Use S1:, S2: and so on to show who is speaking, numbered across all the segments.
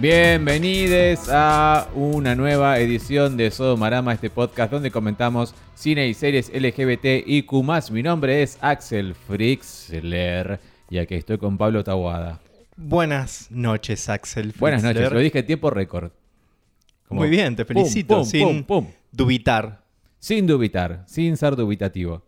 S1: Bienvenidos a una nueva edición de Sodomarama, este podcast donde comentamos cine y series LGBT y Q+. Mi nombre es Axel Frixler y aquí estoy con Pablo Tawada.
S2: Buenas noches, Axel.
S1: Buenas
S2: Fritzler.
S1: noches, lo dije en tiempo récord. Como
S2: Muy bien, te
S1: pum,
S2: felicito.
S1: pum,
S2: sin
S1: pum, pum.
S2: dubitar.
S1: Sin dubitar, sin ser dubitativo.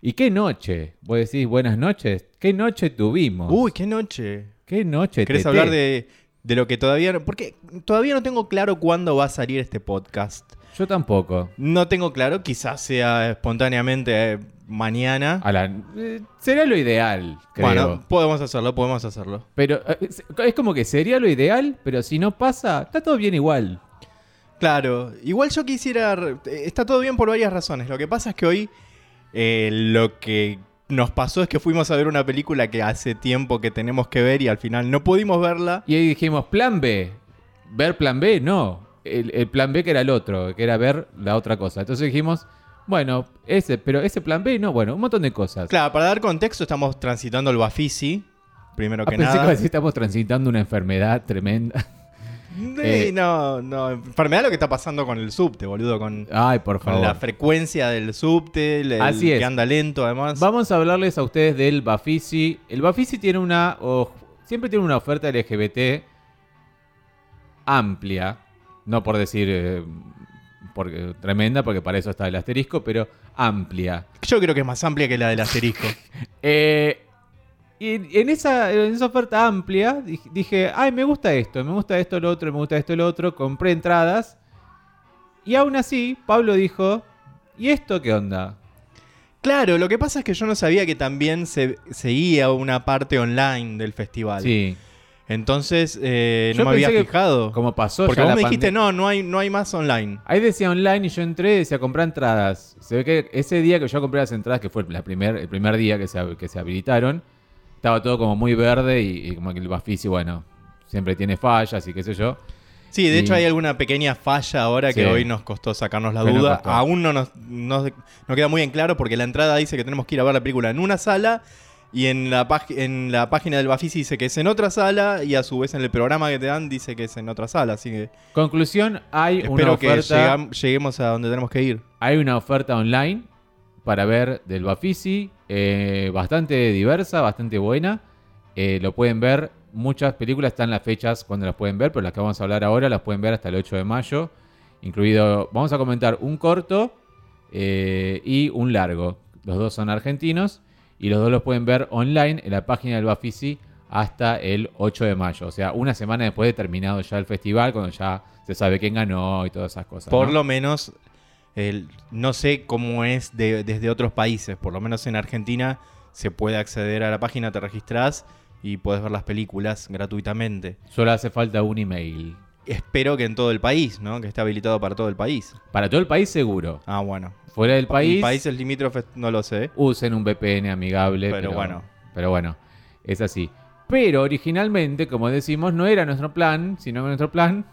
S1: ¿Y qué noche? Vos decís buenas noches. ¿Qué noche tuvimos?
S2: Uy, qué noche.
S1: ¿Qué noche?
S2: ¿Querés
S1: teté?
S2: hablar de, de lo que todavía no.? Porque todavía no tengo claro cuándo va a salir este podcast.
S1: Yo tampoco.
S2: No tengo claro, quizás sea espontáneamente eh, mañana.
S1: A la- eh, será lo ideal, creo.
S2: Bueno, podemos hacerlo, podemos hacerlo.
S1: Pero eh, es- es como que sería lo ideal, pero si no pasa, está todo bien igual.
S2: Claro, igual yo quisiera... eh, Está todo bien por varias razones. Lo que pasa es que hoy eh, lo que nos pasó es que fuimos a ver una película que hace tiempo que tenemos que ver y al final no pudimos verla.
S1: Y ahí dijimos, plan B. Ver plan B, no. El, el plan B que era el otro, que era ver la otra cosa. Entonces dijimos, bueno, ese, pero ese plan B, no, bueno, un montón de cosas.
S2: Claro, para dar contexto estamos transitando el Bafisi, primero
S1: Ah,
S2: que
S1: pensé que
S2: nada.
S1: así estamos transitando una enfermedad tremenda.
S2: Sí,
S1: eh.
S2: no, no, enfermedad lo que está pasando con el subte, boludo, con,
S1: Ay, por
S2: con
S1: favor.
S2: la frecuencia del subte, el, el
S1: Así es.
S2: que anda lento además.
S1: Vamos a hablarles a ustedes del Bafisi. El Bafisi tiene una. o- siempre tiene una oferta LGBT amplia. No por decir eh, porque, tremenda, porque para eso está el asterisco, pero amplia.
S2: Yo creo que es más amplia que la del asterisco.
S1: Eh, y en esa, en esa oferta amplia di- dije, ay, me gusta esto, me gusta esto, lo otro, me gusta esto, lo otro, compré entradas. Y aún así, Pablo dijo, ¿y esto qué onda?
S2: Claro, lo que pasa es que yo no sabía que también se seguía una parte online del festival.
S1: Sí,
S2: Entonces eh,
S1: Yo
S2: no me había
S1: pensé que-
S2: fijado.
S1: como pasó
S2: Porque
S1: ya
S2: vos
S1: la
S2: me dijiste,
S1: pandemia.
S2: no, no hay, no hay más online.
S1: Ahí decía online y yo entré y decía comprar entradas. Se ve que ese día que yo compré las entradas, que fue la primer, el primer día que se, hab- que se habilitaron, estaba todo como muy verde y, y como que el Bafisi, bueno, siempre tiene fallas y qué sé yo.
S2: Sí, de
S1: Y-
S2: hecho hay alguna pequeña falla ahora que
S1: Sí.
S2: hoy nos costó sacarnos la
S1: Que nos
S2: duda.
S1: costó.
S2: Aún no nos, no- no queda muy en claro porque la entrada dice que tenemos que ir a ver la película en una sala y en la, pag- en la página del Bafisi dice que es en otra sala y a su vez en el programa que te dan dice que es en otra sala. Así que
S1: Conclusión, hay una
S2: espero que
S1: oferta,
S2: llegam- lleguemos a donde tenemos que ir.
S1: hay una oferta online para ver del Bafisi, eh, bastante diversa, bastante buena. Eh, lo pueden ver, muchas películas están las fechas cuando las pueden ver, pero las que vamos a hablar ahora las pueden ver hasta el 8 de mayo, incluido, vamos a comentar un corto eh, y un largo. Los dos son argentinos y los dos los pueden ver online en la página del Bafisi hasta el 8 de mayo, o sea, una semana después de terminado ya el festival, cuando ya se sabe quién ganó y todas esas cosas.
S2: Por
S1: ¿no?
S2: lo menos, el- no sé cómo es de- desde otros países. Por lo menos en Argentina se puede acceder a la página, te registrás y puedes ver las películas gratuitamente.
S1: Solo hace falta un email.
S2: Espero que en todo el país, ¿no? Que esté habilitado para todo el país.
S1: Para todo el país seguro.
S2: Ah, bueno.
S1: Fuera del país,
S2: El país es limítrofe, no lo sé.
S1: usen un VPN amigable. Pero,
S2: Pero bueno.
S1: Pero bueno, es así. Pero originalmente, como decimos, no era nuestro plan, sino que nuestro plan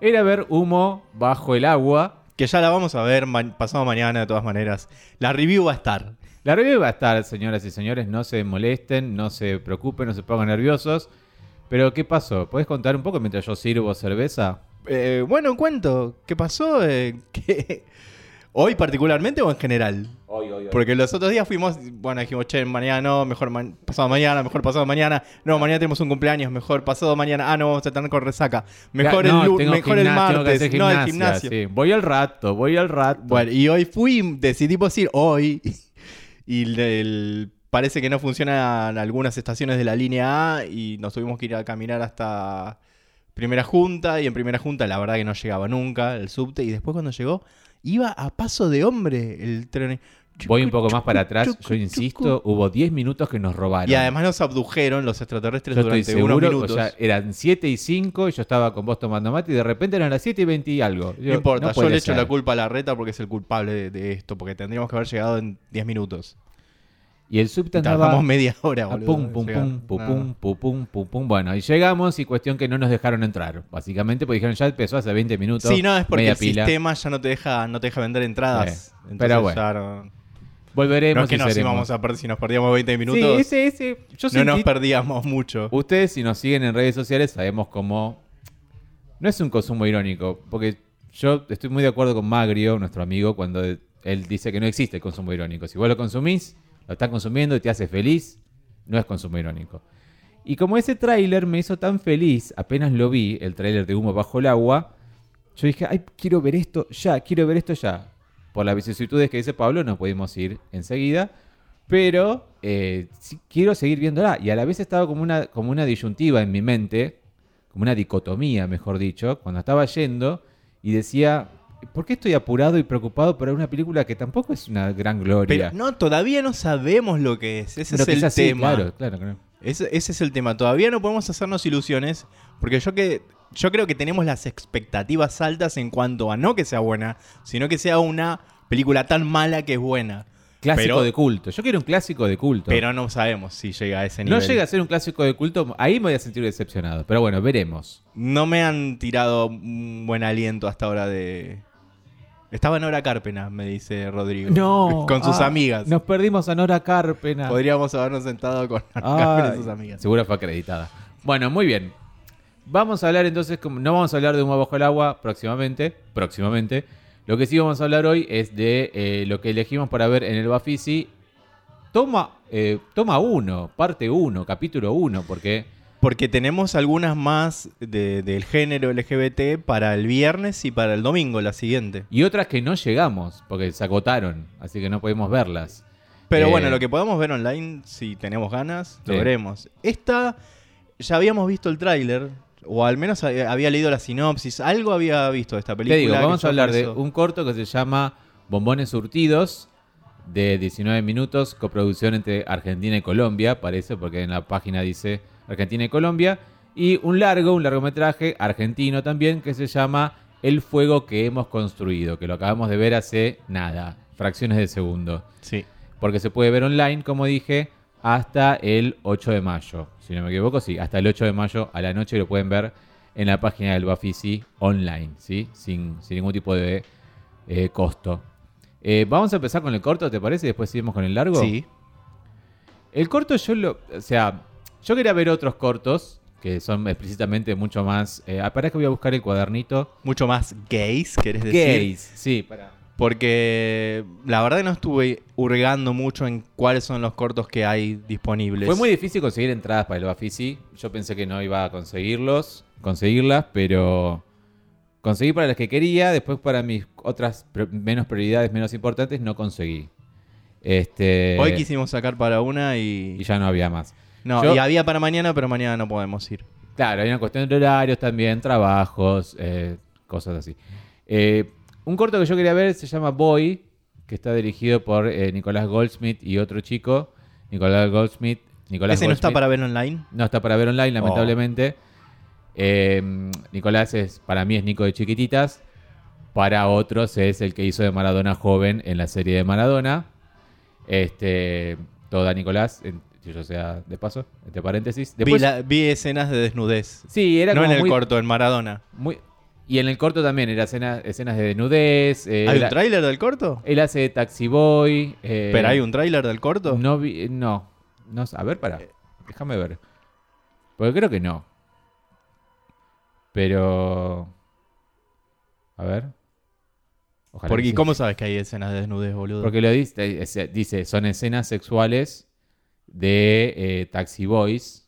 S1: era ver humo bajo el agua.
S2: Que ya la vamos a ver ma- pasado mañana, de todas maneras. La review va a estar.
S1: La review va a estar, señoras y señores, no se molesten, no se preocupen, no se pongan nerviosos. Pero, ¿qué pasó? ¿Puedes contar un poco mientras yo sirvo cerveza?
S2: Eh, bueno, cuento. ¿Qué pasó? Eh, ¿qué? ¿Hoy particularmente o en general? Porque los otros días fuimos, bueno, dijimos, che, mañana no, mejor ma- pasado mañana, mejor pasado mañana. No, mañana tenemos un cumpleaños, mejor pasado mañana. Ah, no, vamos a estar con resaca. Mejor
S1: Ya, no,
S2: el lu-
S1: tengo
S2: mejor el
S1: gimna- tengo que
S2: martes,
S1: hacer
S2: no el
S1: gimnasia,
S2: gimnasio.
S1: sí. Voy al rato, voy al rato.
S2: Bueno, y hoy fui, decidimos ir hoy. Y el- el- parece que no funcionan algunas estaciones de la línea A y nos tuvimos que ir a caminar hasta Primera Junta. Y en Primera Junta, la verdad que no llegaba nunca el subte. Y después, cuando llegó, iba a paso de hombre el tren.
S1: Voy un poco más para atrás,
S2: Chucu,
S1: yo
S2: chucu,
S1: insisto, hubo 10 minutos que nos robaron.
S2: Y además nos abdujeron los extraterrestres
S1: yo estoy
S2: durante unos
S1: seguro, o
S2: minutos.
S1: sea, eran 7 y 5 y yo estaba con vos tomando mate y de repente eran las 7 y 20 y algo.
S2: no importa, yo le echo la culpa a la reta porque es el culpable de, de esto, porque tendríamos que haber llegado en 10 minutos.
S1: Y el subte
S2: Y
S1: andaba
S2: Tardamos media hora,
S1: a
S2: boludo.
S1: pum,
S2: en
S1: pum,
S2: llegar.
S1: pum, pum,
S2: No.
S1: pum, pum, pum, pum, pum. Bueno, y llegamos y cuestión que no nos dejaron entrar, básicamente, porque dijeron ya empezó hace 20 minutos.
S2: Sí, no, es porque
S1: media
S2: el
S1: pila.
S2: sistema ya no te deja, no te deja vender entradas.
S1: Sí,
S2: Entonces
S1: pero bueno,
S2: ya no,
S1: Volveremos
S2: no es que
S1: y
S2: nos
S1: seremos.
S2: íbamos a perder si nos perdíamos 20
S1: Sí,
S2: minutos.
S1: ese, ese. Yo
S2: no nos
S1: sentí-
S2: perdíamos mucho.
S1: Ustedes si nos siguen en redes sociales sabemos cómo No es un consumo irónico, porque yo estoy muy de acuerdo con Magrio, nuestro amigo, cuando él dice que no existe el consumo irónico. Si vos lo consumís, lo estás consumiendo y te hace feliz, no es consumo irónico. Y como ese tráiler me hizo tan feliz, apenas lo vi, el tráiler de Humo Bajo el Agua, yo dije, ay, quiero ver esto ya, quiero ver esto ya. Por las vicisitudes que dice Pablo, no pudimos ir enseguida, pero eh, sí quiero seguir viéndola. Y a la vez estaba como una, como una disyuntiva en mi mente, como una dicotomía, mejor dicho, cuando estaba yendo y decía, ¿por qué estoy apurado y preocupado por una película que tampoco es una gran gloria?
S2: Pero no, todavía no sabemos lo que es. Ese
S1: Pero
S2: es el
S1: quizás sí,
S2: tema.
S1: claro, claro, claro.
S2: Ese, ese es el tema. Todavía no podemos hacernos ilusiones porque yo que yo creo que tenemos las expectativas altas en cuanto a no que sea buena, sino que sea una película tan mala que es buena.
S1: Clásico
S2: Pero-
S1: de culto. Yo quiero un clásico de culto.
S2: Pero no sabemos si llega a ese
S1: no
S2: nivel.
S1: llega a ser un clásico de culto, ahí me voy a sentir decepcionado. Pero bueno, veremos.
S2: No me han tirado un buen aliento hasta ahora de. Estaba en hora Carpena, me dice Rodrigo. con sus
S1: ah,
S2: amigas.
S1: Nos perdimos a Nora Carpena.
S2: Podríamos habernos sentado con Nora Carpena
S1: Ay,
S2: y sus amigas.
S1: Seguro fue acreditada. Bueno, muy bien. Vamos a hablar entonces, como- no vamos a hablar de humo bajo el agua próximamente, próximamente. Lo que sí vamos a hablar hoy es de eh, lo que elegimos para ver en el Bafisi. Toma, eh, toma 1, parte 1, capítulo 1, porque
S2: Porque tenemos algunas más de- del género LGBT para el viernes y para el domingo, la siguiente.
S1: y otras que no llegamos, porque se agotaron, así que no pudimos verlas.
S2: Pero
S1: Eh,
S2: bueno, lo que podamos ver online, si tenemos ganas, lo
S1: Sí.
S2: veremos. Esta, ya habíamos visto el tráiler, o al menos había había leído la sinopsis, algo había visto de esta película.
S1: Te digo,
S2: que
S1: vamos
S2: yo
S1: a hablar
S2: por
S1: de
S2: eso-
S1: un corto que se llama Bombones Surtidos, de 19 minutos, coproducción entre Argentina y Colombia, parece, porque en la página dice Argentina y Colombia, y un largo, un largometraje argentino también, que se llama El Fuego que hemos construido, que lo acabamos de ver hace nada, fracciones de segundo,
S2: Sí.
S1: porque se puede ver online, como dije, hasta el 8 de mayo, si no me equivoco, sí, hasta el 8 de mayo a la noche lo pueden ver en la página del Bafisi online, ¿sí? Sin, sin ningún tipo de eh, costo. Eh, vamos a empezar con el corto, ¿te parece? Y después seguimos con el largo.
S2: Sí.
S1: El corto yo lo... O sea, yo quería ver otros cortos que son explícitamente mucho más... Eh, ah, pará que voy a buscar el cuadernito.
S2: Mucho más gays, querés decir.
S1: Gays, sí, pará.
S2: Porque la verdad que no estuve hurgando mucho en cuáles son los cortos que hay disponibles.
S1: Fue muy difícil conseguir entradas para el Bafisi. Yo pensé que no iba a conseguirlos, conseguirlas, pero conseguí para las que quería. Después para mis otras pr- menos prioridades, menos importantes, no conseguí. Este,
S2: Hoy quisimos sacar para una y.
S1: y ya no había más.
S2: no,
S1: yo-
S2: y había para mañana, pero mañana no podemos ir.
S1: Claro, hay una cuestión de horarios también, trabajos, eh, cosas así. Eh, un corto que yo quería ver se llama Boy, que está dirigido por eh, Nicolás Goldsmith y otro chico. Nicolás Goldsmith. Nicolás
S2: Ese no está
S1: Goldsmith.
S2: para ver online.
S1: No está para ver online,
S2: Oh.
S1: lamentablemente. Eh, Nicolás es, para mí es Nico de chiquititas. Para otros es el que hizo de Maradona joven en la serie de Maradona. Este, toda Nicolás, en- si yo sea de paso, entre paréntesis.
S2: Vi
S1: Después-
S2: la- vi escenas de desnudez.
S1: sí, era
S2: no en
S1: como
S2: el
S1: muy,
S2: corto, en Maradona.
S1: muy- y en el corto también era escena- escenas de desnudez. eh,
S2: ¿Hay
S1: él,
S2: un tráiler del corto?
S1: él hace de Taxi Boy. eh,
S2: ¿Pero hay un tráiler del corto?
S1: No, vi- eh, no, no. A ver,
S2: Eh.
S1: para. Déjame ver. Porque creo que no. Pero. A ver. Ojalá
S2: Porque,
S1: que
S2: ¿Y
S1: sí.
S2: cómo sabes que hay escenas de desnudez, boludo?
S1: Porque lo dice, es- eh, dice, son escenas sexuales de eh, Taxi Boys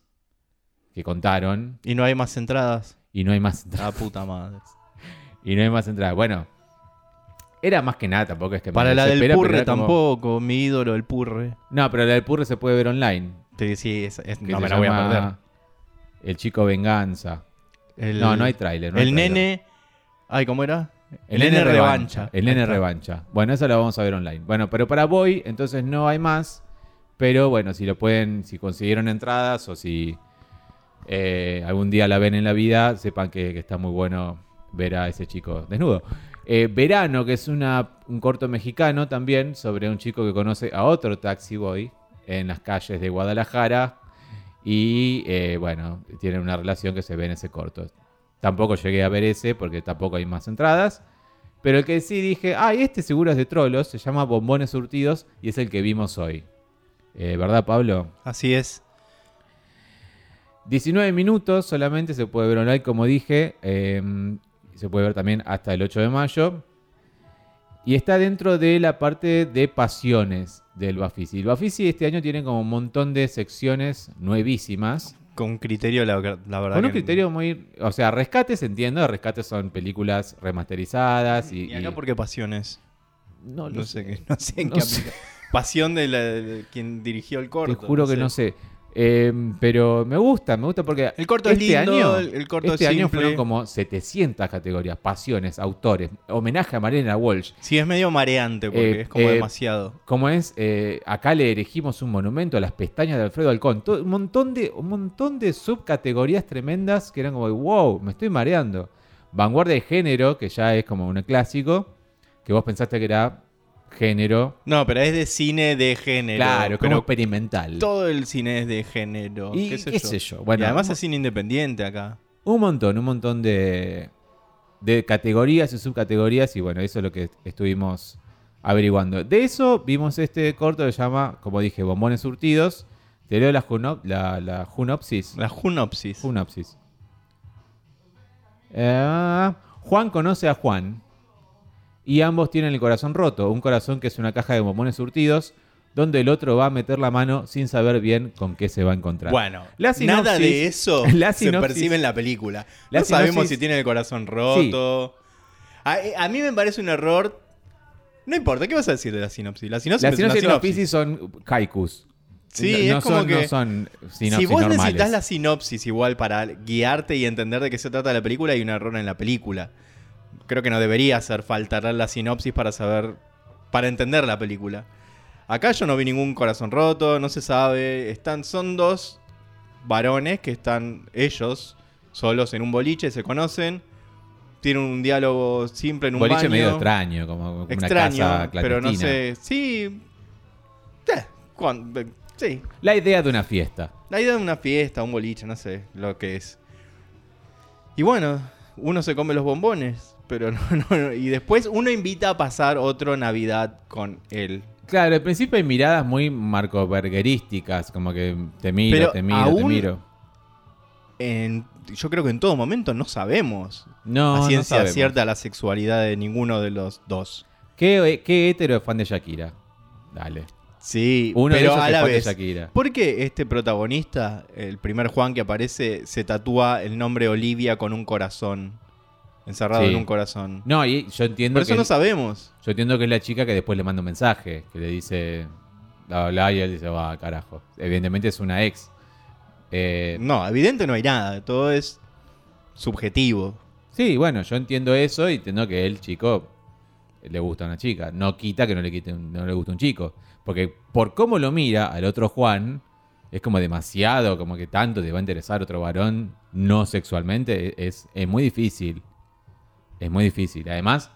S1: que contaron
S2: Y no hay más entradas.
S1: y no hay más
S2: Ah, puta madre. Ah.
S1: y no hay más entradas. Bueno, era más que nada, tampoco es que me
S2: Para la del
S1: desespera, pero
S2: purre
S1: era como-
S2: tampoco, mi ídolo, el purre.
S1: No, pero la del Purre se puede ver online.
S2: Te sí, es- es-
S1: que
S2: no
S1: se
S2: me la voy a
S1: llama
S2: perder.
S1: El chico venganza.
S2: El-
S1: No, no hay tráiler. no hay
S2: el
S1: tráiler.
S2: nene. Ay, ¿cómo era? El, nene revancha.
S1: El nene
S2: Ahí está.
S1: revancha. Bueno, eso lo vamos a ver online. Bueno, pero para Boy, entonces no hay más. Pero bueno, si lo pueden, si consiguieron entradas o si eh, algún día la ven en la vida, sepan que, que está muy bueno ver a ese chico desnudo. Eh, Verano, que es una, un corto mexicano también, sobre un chico que conoce a otro taxi boy en las calles de Guadalajara. Y eh, bueno, tienen una relación que se ve en ese corto. Tampoco llegué a ver ese porque tampoco hay más entradas. Pero el que sí dije, ay, este seguro es de trolos, se llama Bombones Surtidos y es el que vimos hoy. Eh, ¿Verdad, Pablo?
S2: Así es.
S1: 19 minutos solamente, se puede ver online, como dije. eh, se puede ver también hasta el 8 de mayo. Y está dentro de la parte de pasiones del Bafisi. El Bafisi este año tiene como un montón de secciones nuevísimas.
S2: Con criterio, la, la verdad.
S1: Con un
S2: que-
S1: criterio muy. O sea, rescates, entiendo. Rescates son películas remasterizadas y.
S2: ¿Y acá
S1: y-
S2: por qué pasiones?
S1: no, lo
S2: No sé, qué- no sé en
S1: No
S2: qué
S1: sé.
S2: aplica. Pasión de, la- de quien dirigió el
S1: Te
S2: corto.
S1: juro que no sé. Eh, pero me gusta, me gusta porque.
S2: El corto
S1: este
S2: es lindo,
S1: año,
S2: el- el corto
S1: este
S2: es
S1: año
S2: simple.
S1: fueron como 700 categorías, pasiones, autores, homenaje a Mariana Walsh.
S2: Sí, es medio mareante porque
S1: Eh,
S2: es como
S1: eh,
S2: demasiado.
S1: Como es, eh, acá le erigimos un monumento a las pestañas de Alfredo Alcón. Todo- un, montón de, un montón de subcategorías tremendas que eran como, wow, me estoy mareando. Vanguardia de género, que ya es como un clásico, que vos pensaste que era género.
S2: No, pero es de cine de género.
S1: claro, como
S2: pero
S1: experimental.
S2: todo el cine es de género.
S1: y
S2: qué sé yo.
S1: Bueno,
S2: y además
S1: un-
S2: es cine independiente acá.
S1: un montón, un montón de, de categorías y subcategorías. Y bueno, eso es lo que estuvimos averiguando. De eso vimos este corto que se llama, como dije, Bombones Surtidos. Te leo la, junop- la, la junopsis.
S2: La Junopsis.
S1: Junopsis. Eh, Juan conoce a Juan. Y ambos tienen el corazón roto. Un corazón que es una caja de bombones surtidos. Donde el otro va a meter la mano sin saber bien con qué se va a encontrar.
S2: Bueno,
S1: La
S2: nada
S1: sinopsis-
S2: de eso
S1: la
S2: se
S1: sinopsis-
S2: percibe en la película.
S1: La
S2: no sabemos
S1: sinopsis-
S2: si tiene el corazón roto. A, a mí me parece un error. No importa, ¿qué vas a decir de la sinopsis? La sinopsis,
S1: Las
S2: es una
S1: sinopsis y
S2: sinopsis.
S1: los son haikus.
S2: Sí,
S1: no,
S2: es
S1: no
S2: como
S1: son,
S2: que-
S1: no son sinopsis
S2: Si vos
S1: normales.
S2: necesitas la sinopsis igual para guiarte y entender de qué se trata la película, hay un error en la película. Creo que no debería hacer falta leer la sinopsis para saber, para entender la película. Acá yo no vi ningún corazón roto, no se sabe. Están, son dos varones que están ellos solos en un boliche, se conocen. Tienen un diálogo simple en un
S1: boliche
S2: baño.
S1: medio extraño, como como
S2: Extraño,
S1: una casa clandestina.
S2: pero no sé. Sí. Eh, cuan- eh, sí,
S1: La idea de una fiesta.
S2: la idea de una fiesta, un boliche, no sé lo que es. Y bueno, uno se come los bombones, pero no, no, no. Y después uno invita a pasar otro Navidad con él.
S1: Claro, al principio hay miradas muy marcobergerísticas, como que te miro,
S2: Pero
S1: te miro, te
S2: aún-
S1: miro.
S2: En- yo creo que en todo momento no sabemos
S1: No,
S2: a
S1: no
S2: ciencia
S1: sabemos.
S2: cierta la sexualidad de ninguno de los dos.
S1: ¿Qué, qué hétero es fan de Shakira? Dale.
S2: Sí,
S1: Uno de
S2: pero
S1: ellos
S2: a
S1: es
S2: la
S1: fan de
S2: vez.
S1: Shakira.
S2: ¿Por qué este protagonista, el primer Juan que aparece, se tatúa el nombre Olivia con un corazón? Encerrado
S1: Sí.
S2: en un corazón.
S1: No, y yo entiendo
S2: Por eso
S1: que
S2: no sabemos.
S1: yo entiendo que es la chica que después le manda un mensaje, que le dice bla bla y él dice, va, carajo. Evidentemente es una ex. Eh,
S2: No, evidente no hay nada, todo es subjetivo.
S1: Sí, bueno, yo entiendo eso y entiendo que el chico le gusta a una chica. No quita que no le, quite un- no le guste un chico. Porque por cómo lo mira al otro Juan, es como demasiado, como que tanto te va a interesar otro varón no sexualmente. e- Es, es muy difícil. Es muy difícil. Además,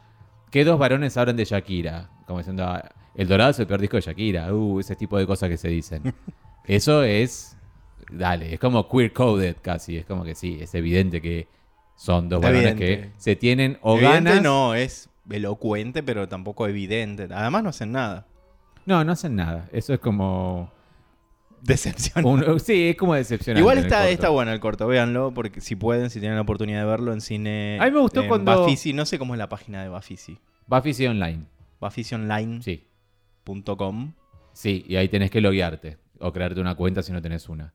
S1: ¿qué dos varones hablan de Shakira? Como diciendo, "Ah, El Dorado es el peor disco de Shakira. Uh, ese tipo de cosas que se dicen. Eso es... Dale, es como queer coded casi. Es como que sí, es evidente que son dos
S2: Está
S1: varones
S2: evidente.
S1: que se tienen o
S2: evidente
S1: ganas...
S2: no, es elocuente, pero tampoco evidente. Además no hacen nada.
S1: No, no hacen nada. Eso es como.
S2: Decepcionante.
S1: un- uh, sí, es como decepcionante.
S2: Igual
S1: en el
S2: está,
S1: corto.
S2: está bueno el corto, véanlo, porque si pueden, si tienen la oportunidad de verlo en cine.
S1: A mí me gustó
S2: en
S1: cuando-
S2: Bafisi, no sé cómo es la página de Bafisi.
S1: Bafisi Online.
S2: Bafisionline.com.
S1: Sí. Sí, y ahí tenés que loguearte o crearte una cuenta si no tenés una.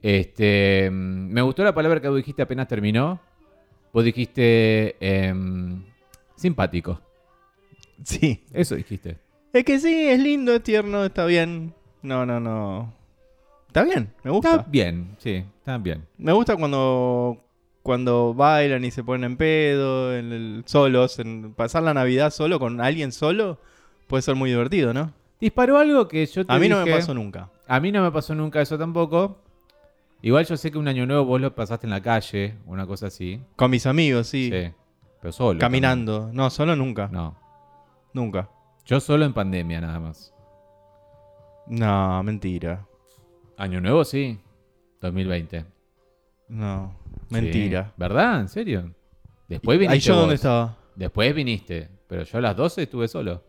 S1: Este, mm, me gustó la palabra que vos dijiste apenas terminó. Vos dijiste em, simpático.
S2: Sí.
S1: Eso dijiste.
S2: Es que sí, es lindo, es tierno, está bien. No, no, no. Está bien, me gusta.
S1: Está bien, sí, está bien.
S2: Me gusta cuando cuando bailan y se ponen en pedo, en el- solos, en pasar la Navidad solo con alguien solo puede ser muy divertido, ¿no?
S1: Disparó algo que yo te
S2: A mí no me
S1: dije-
S2: pasó nunca.
S1: A mí no me pasó nunca eso tampoco. Igual yo sé que un año nuevo vos lo pasaste en la calle, una cosa así.
S2: Con mis amigos, sí.
S1: Sí. Pero solo.
S2: Caminando. No, solo nunca.
S1: también. No.
S2: Nunca.
S1: Yo solo en pandemia nada más.
S2: No, mentira.
S1: Año nuevo sí. 2020.
S2: No,
S1: Sí.
S2: mentira.
S1: ¿Verdad? ¿En serio? Después viniste.
S2: ¿Ahí yo
S1: vos.
S2: dónde estaba?
S1: Después viniste. Pero yo a las 12 estuve solo.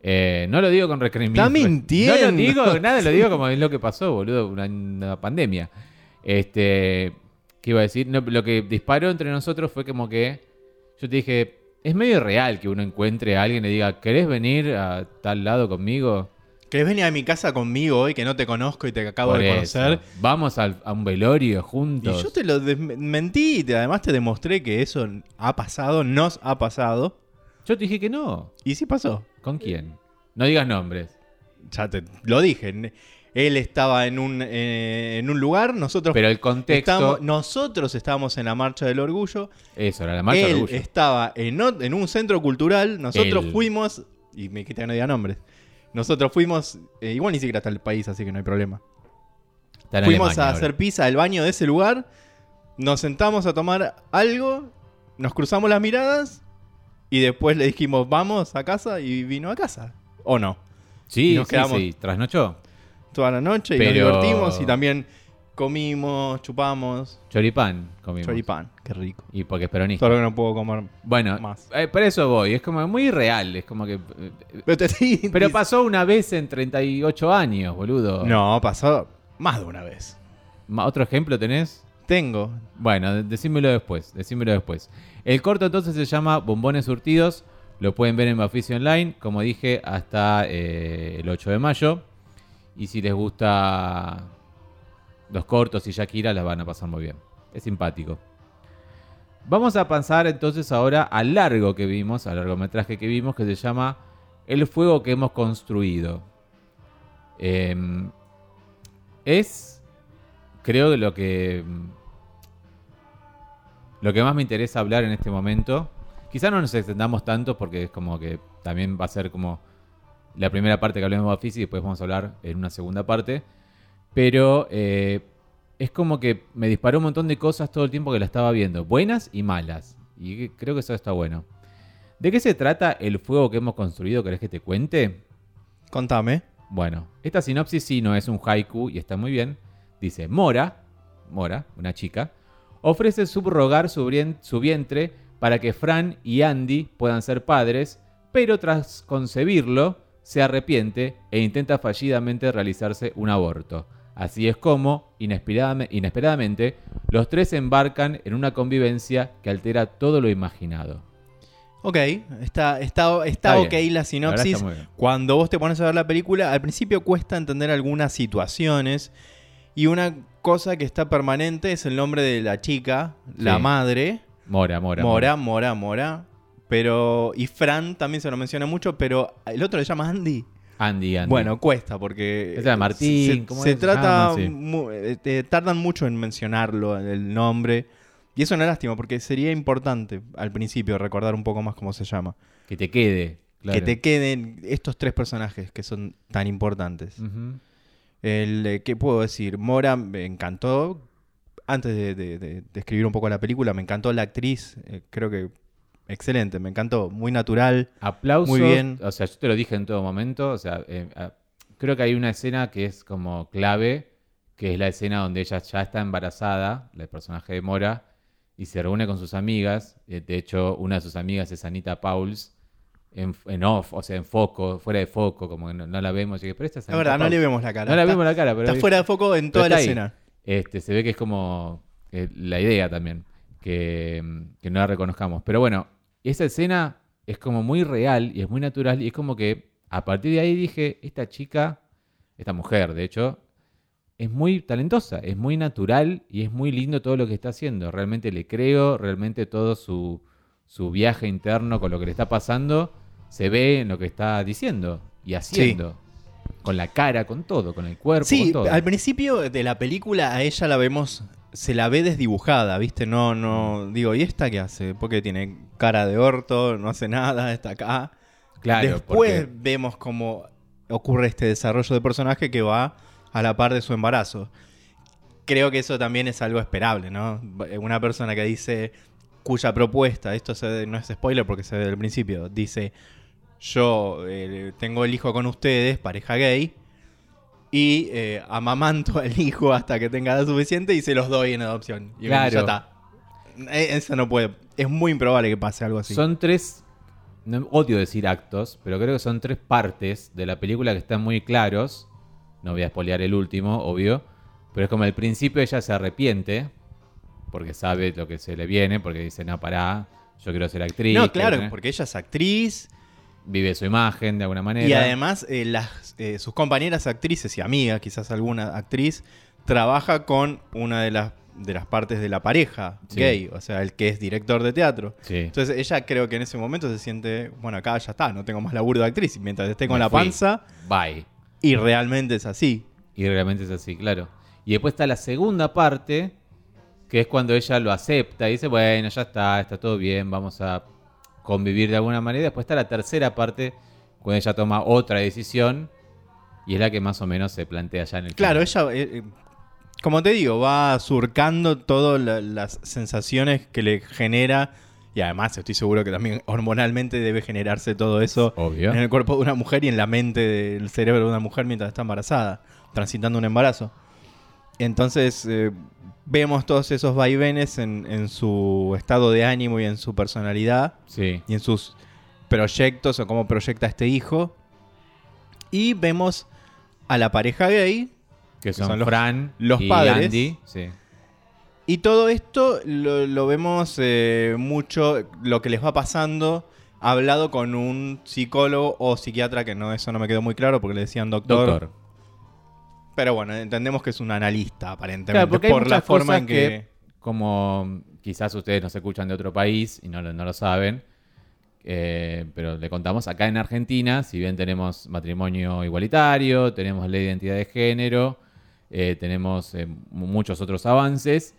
S1: Eh, no lo digo con recriminación.
S2: Está mintiendo.
S1: No lo digo, nada, lo digo como es lo que pasó, boludo. Una, una pandemia. Este, ¿Qué iba a decir? No, lo que disparó entre nosotros fue como que yo te dije, es medio real que uno encuentre a alguien y le diga, ¿querés venir a tal lado conmigo?
S2: ¿Querés venir a mi casa conmigo hoy que no te conozco y te acabo
S1: Por
S2: de
S1: eso,
S2: conocer?
S1: Vamos al- a un velorio
S2: Y
S1: juntos.
S2: yo te lo desmentí y te- además te demostré que eso ha pasado, nos ha pasado.
S1: Yo te dije que no.
S2: Y sí pasó.
S1: ¿Con quién? No digas nombres.
S2: Ya te lo dije. n- Él estaba en un, eh, en un lugar, nosotros
S1: Pero el contexto.
S2: estábamos, nosotros estábamos en la marcha del orgullo.
S1: Eso, era la marcha
S2: él eh,
S1: del orgullo.
S2: estaba en, ot- en un centro cultural, nosotros
S1: Él.
S2: fuimos, y me quité que no diga nombres, nosotros fuimos, eh, igual ni siquiera hasta el país, así que no hay problema.
S1: Está en
S2: Fuimos
S1: Alemania
S2: a
S1: ahora.
S2: hacer pizza al baño de ese lugar, nos sentamos a tomar algo, nos cruzamos las miradas y después le dijimos vamos a casa y vino a casa. ¿O no?
S1: Sí,
S2: y nos
S1: sí,
S2: quedamos.
S1: sí, trasnochó.
S2: Toda la noche y
S1: Pero-
S2: nos divertimos y también comimos, chupamos,
S1: Choripán comimos.
S2: choripán, qué rico.
S1: Y porque es peronista.
S2: Solo que no puedo comer.
S1: Bueno,
S2: Más.
S1: eh, para eso voy. Es como muy real. Es como que. eh, eh,
S2: Pero, te- sí,
S1: Pero
S2: dice-
S1: pasó una vez en 38 años, boludo.
S2: No, pasó más de una vez.
S1: Ma- ¿Otro ejemplo tenés?
S2: Tengo.
S1: Bueno, de- decímelo después, decímelo después. El corto entonces se llama Bombones Surtidos, lo pueden ver en Bafisi Online, como dije, hasta eh, el 8 de mayo. Y si les gusta los cortos y Shakira, las van a pasar muy bien. Es simpático. Vamos a pasar entonces ahora al largo que vimos, al largometraje que vimos, que se llama El fuego que hemos construido. Em, es, creo, que lo que lo que más me interesa hablar en este momento, quizá no nos extendamos tanto porque es como que también va a ser como la primera parte que hablemos de Bafisi y después vamos a hablar en una segunda parte, pero eh, es como que me disparó un montón de cosas todo el tiempo que la estaba viendo, buenas y malas, y que- creo que eso está bueno. ¿De qué se trata el fuego que hemos construido? ¿Querés que te cuente?
S2: Contame.
S1: Bueno, esta sinopsis sí no es un haiku y está muy bien. Dice, Mora, Mora, una chica, ofrece subrogar su, brien- su vientre para que Fran y Andy puedan ser padres, pero tras concebirlo se arrepiente e intenta fallidamente realizarse un aborto. Así es como, inesperadame- inesperadamente, los tres embarcan en una convivencia que altera todo lo imaginado.
S2: Ok, está, está, está,
S1: Está
S2: ok
S1: bien. La
S2: la
S1: verdad
S2: sinopsis.
S1: está muy bien.
S2: Cuando vos te pones a ver la película, al principio cuesta entender algunas situaciones. Y una cosa que está permanente es el nombre de la chica, la
S1: Sí.
S2: madre.
S1: Mora, Mora.
S2: Mora, Mora, Mora. Pero. Y Fran también se lo menciona mucho, pero el otro le llama Andy.
S1: Andy, Andy.
S2: Bueno, cuesta porque.
S1: Se llama Martín,
S2: Se,
S1: ¿cómo
S2: se
S1: es?
S2: trata.
S1: Ah, sí.
S2: mu- eh, te tardan mucho en mencionarlo, el nombre. Y es una lástima porque sería importante al principio recordar un poco más cómo se llama.
S1: que te quede. claro.
S2: Que te queden estos tres personajes que son tan importantes.
S1: Ujú.
S2: El, eh, ¿Qué puedo decir? Mora me encantó. Antes de, de- de- de escribir un poco la película, me encantó la actriz. eh, creo que excelente, me encantó. Muy natural.
S1: Aplausos.
S2: Muy bien.
S1: O sea, yo te lo dije en todo momento. O sea, eh, a- creo que hay una escena que es como clave, que es la escena donde ella ya está embarazada, el personaje de Mora, y se reúne con sus amigas. Eh, De hecho, una de sus amigas es Anita Pauls, en, en off, o sea, en foco, fuera de foco, como que no, no la vemos. Y dije, pero esta es
S2: La
S1: Anita
S2: verdad, no
S1: Pauls.
S2: le vemos la cara.
S1: No la
S2: está,
S1: vemos la cara, pero
S2: está
S1: dije,
S2: fuera de foco en toda
S1: está
S2: la
S1: ahí.
S2: escena.
S1: este, se ve que es como eh, la idea también, que, mm, que no la reconozcamos. Pero bueno, esa escena es como muy real y es muy natural y es como que a partir de ahí dije, esta chica, esta mujer de hecho, es muy talentosa, es muy natural y es muy lindo todo lo que está haciendo. Realmente le creo, realmente todo su, su viaje interno con lo que le está pasando se ve en lo que está diciendo y haciendo. Con la cara, con todo, con el cuerpo,
S2: Sí,
S1: con todo.
S2: al principio de la película a ella la vemos, se la ve desdibujada, ¿viste? No,
S1: Mm.
S2: no, digo, ¿y esta qué hace? Porque tiene cara de orto, no hace nada, está acá.
S1: Claro,
S2: Después
S1: porque-
S2: vemos cómo ocurre este desarrollo de personaje que va a la par de su embarazo. Creo que eso también es algo esperable, ¿no? Una persona que dice, cuya propuesta, esto se- no es spoiler porque se ve del principio, dice, yo eh, tengo el hijo con ustedes, pareja gay, y eh, amamanto al hijo hasta que tenga edad suficiente y se los doy en adopción. Y bueno,
S1: Claro.
S2: ya está. Eh, Eso no puede, es muy improbable que pase algo así.
S1: Son tres, no, odio decir actos, pero creo que son tres partes de la película que están muy claros. No voy a spoilear el último, obvio. Pero es como al principio ella se arrepiente, porque sabe lo que se le viene, porque dice, no, pará, yo quiero ser actriz.
S2: no,
S1: quiero
S2: claro,
S1: tener-".
S2: porque ella es actriz
S1: Vive su imagen de alguna manera.
S2: y además eh, las, eh, sus compañeras actrices y amigas, quizás alguna actriz, trabaja con una de las, de las partes de la pareja
S1: Sí.
S2: gay, o sea, el que es director de teatro.
S1: Sí.
S2: Entonces ella creo que en ese momento se siente, bueno, acá ya está, no tengo más laburo de actriz, y mientras esté con
S1: Me
S2: la
S1: fui.
S2: panza,
S1: Bye.
S2: y realmente es así.
S1: Y realmente es así, claro. Y después está la segunda parte, que es cuando ella lo acepta y dice, bueno, ya está, está todo bien, vamos a convivir de alguna manera. Después está la tercera parte, cuando ella toma otra decisión y es la que más o menos se plantea ya en el
S2: Claro,
S1: final.
S2: ella, eh, eh, como te digo, va surcando todas la- las sensaciones que le genera. Y además estoy seguro que también hormonalmente debe generarse todo eso
S1: Obvio.
S2: en el cuerpo de una mujer y en la mente del cerebro de una mujer mientras está embarazada, transitando un embarazo. Entonces eh, vemos todos esos vaivenes en, en su estado de ánimo y en su personalidad
S1: Sí,
S2: y en sus proyectos o cómo proyecta este hijo. Y vemos a la pareja gay
S1: que son,
S2: son los-
S1: Fran
S2: los
S1: y
S2: padres.
S1: Andy. Sí.
S2: Y todo esto lo, lo vemos eh, mucho, lo que les va pasando, hablado con un psicólogo o psiquiatra, que no, eso no me quedó muy claro porque le decían doctor.
S1: Doctor.
S2: Pero bueno, entendemos que es un analista, aparentemente,
S1: Claro, porque hay
S2: por la
S1: muchas
S2: forma
S1: cosas
S2: en que...
S1: que- como quizás ustedes nos escuchan de otro país y no lo, no lo saben, eh, pero le contamos acá en Argentina, si bien tenemos matrimonio igualitario, tenemos ley de identidad de género, eh, tenemos eh, mu- muchos otros avances,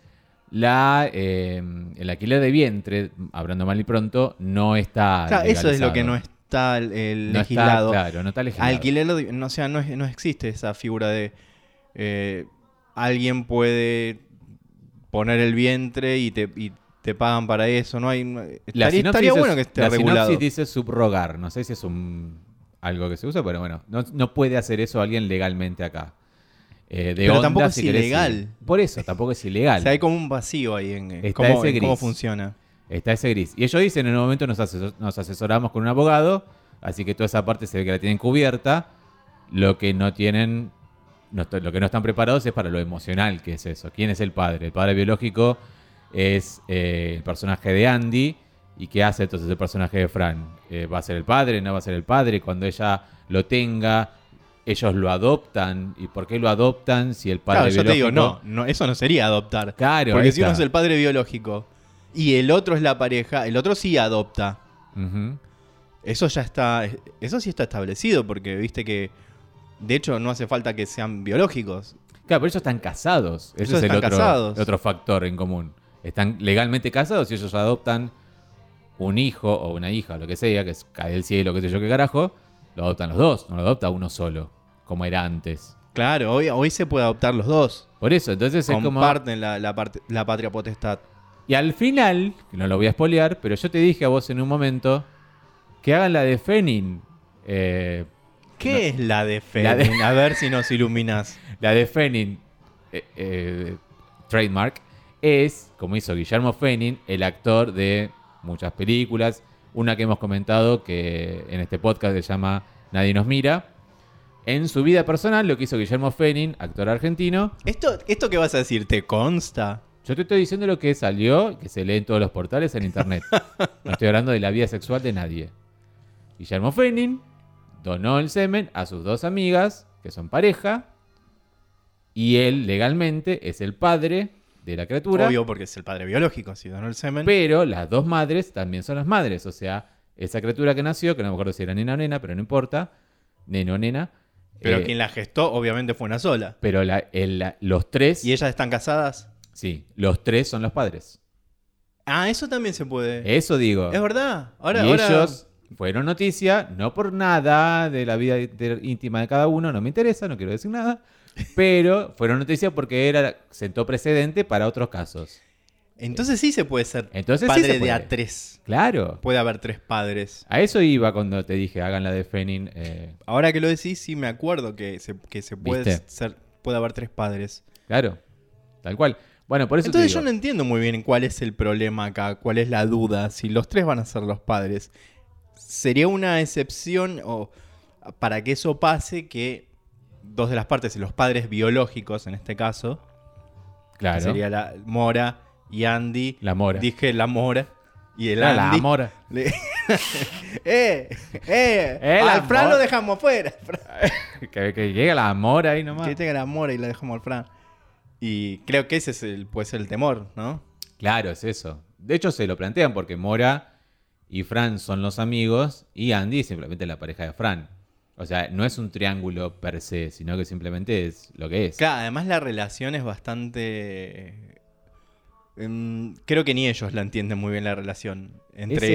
S1: la, eh, el alquiler de vientre, hablando mal y pronto, no está...
S2: Claro, eso es lo
S1: Ah, legalizado.
S2: que no está el
S1: No está,
S2: legislado.
S1: claro, no está legislado.
S2: Alquiler, de- no, o sea, no, es- no existe esa figura de eh, alguien puede poner el vientre y te, y te pagan para eso. No hay. no-
S1: La
S2: estaría,
S1: sinopsis
S2: estaría
S1: es-
S2: bueno que esté
S1: la
S2: regulado.
S1: sinopsis dice subrogar. No sé si es un algo que se usa, pero bueno, no, no puede hacer eso alguien legalmente acá. Eh, de
S2: Pero
S1: onda,
S2: tampoco es
S1: si querés,
S2: ilegal.
S1: sí. Por eso, tampoco es
S2: O
S1: ilegal.
S2: sea, hay como un vacío ahí en, en
S1: Está
S2: cómo,
S1: ese
S2: en cómo
S1: gris.
S2: funciona.
S1: Está ese gris. Y ellos dicen, en un momento nos, asesor- nos asesoramos con un abogado, así que toda esa parte se ve que la tienen cubierta. Lo que no tienen, no est- lo que no están preparados es para lo emocional, que es eso. ¿Quién es el padre? El padre biológico es eh, el personaje de Andy. ¿Y qué hace entonces el personaje de Fran? Eh, ¿Va a ser el padre? ¿No va a ser el padre? Cuando ella lo tenga, ellos lo adoptan. ¿Y por qué lo adoptan si el
S2: Claro,
S1: padre
S2: yo te
S1: biológico...
S2: digo, no, no, eso no sería adoptar.
S1: Claro,
S2: Porque
S1: ahí
S2: si uno es
S1: está.
S2: el padre biológico y el otro es la pareja, el otro sí adopta.
S1: Ujú.
S2: Eso ya está. Eso sí está establecido, porque viste que. De hecho, no hace falta que sean biológicos.
S1: Claro, pero ellos están casados. Ese
S2: Ellos
S1: es el
S2: están
S1: otro,
S2: casados.
S1: el otro factor en común. Están legalmente casados y ellos adoptan un hijo o una hija, lo que sea, que es- cae del cielo, qué sé yo, qué carajo. Lo adoptan los dos, no lo adopta uno solo, como era antes.
S2: Claro, hoy, hoy se puede adoptar los dos.
S1: Por eso, entonces es como.
S2: Comparten la, la, parte- la patria potestad.
S1: Y al final, que no lo voy a espolear, pero yo te dije a vos en un momento que hagan la de Fenin. eh,
S2: ¿Qué es la de fe?
S1: La de-
S2: A ver si nos iluminas.
S1: La de Fenin, eh, eh, trademark, es, como hizo Guillermo Fenin, el actor de muchas películas. Una que hemos comentado que en este podcast se llama Nadie nos mira. En su vida personal, lo que hizo Guillermo Fenin, actor argentino,
S2: ¿Esto, ¿Esto que vas a decir te consta?
S1: yo te estoy diciendo lo que salió, que se lee en todos los portales en internet. No estoy hablando de la vida sexual de nadie. Guillermo Fenin donó el semen a sus dos amigas, que son pareja, y él legalmente es el padre de la criatura,
S2: Obvio, porque es el padre biológico, si donó el semen.
S1: pero las dos madres también son las madres. O sea, esa criatura que nació, que no me acuerdo si era nena o nena, pero no importa, neno o nena,
S2: Pero
S1: eh,
S2: quien la gestó, obviamente, fue una sola.
S1: pero la- el- la- los tres,
S2: ¿Y ellas están casadas?
S1: sí, los tres son los padres.
S2: Ah, eso también se puede.
S1: Eso digo.
S2: Es verdad. Ahora,
S1: Eh, y
S2: ahora-
S1: ellos fueron noticia, no por nada de la vida inter- íntima de cada uno, no me interesa, no quiero decir nada, pero fueron noticia porque era sentó precedente para otros casos.
S2: Entonces sí se puede ser
S1: Entonces sí
S2: padre
S1: se puede.
S2: de A3.
S1: Claro.
S2: Puede haber tres padres.
S1: A eso iba cuando te dije, hagan la de Fenin. eh,
S2: Ahora que lo decís, sí me acuerdo que se, que se puede
S1: ¿Viste?
S2: ser. Puede haber tres padres.
S1: claro, tal cual. Bueno, por eso te
S2: Entonces yo
S1: digo,
S2: no entiendo muy bien cuál es el problema acá, cuál es la duda, si los tres van a ser los padres. ¿Sería una excepción o para que eso pase que dos de las partes, los padres biológicos en este caso, que
S1: Claro.
S2: sería la Mora y Andy.
S1: La mora.
S2: Dije la Mora y el
S1: Ah, la
S2: Andy.
S1: mora.
S2: Le- ¡Eh! ¡Eh!
S1: Eh, la
S2: al Fran
S1: mora.
S2: lo dejamos afuera.
S1: Que, que llega la mora ahí nomás.
S2: Que llega la Mora y la dejamos al Fran. Y creo que ese es el, pues, el temor, ¿no?
S1: Claro, es eso. De hecho, se lo plantean porque Mora y Fran son los amigos y Andy simplemente la pareja de Fran. O sea, no es un triángulo per se, sino que simplemente es lo que es.
S2: Claro, además la relación es bastante... em, creo que ni ellos la entienden muy bien la relación entre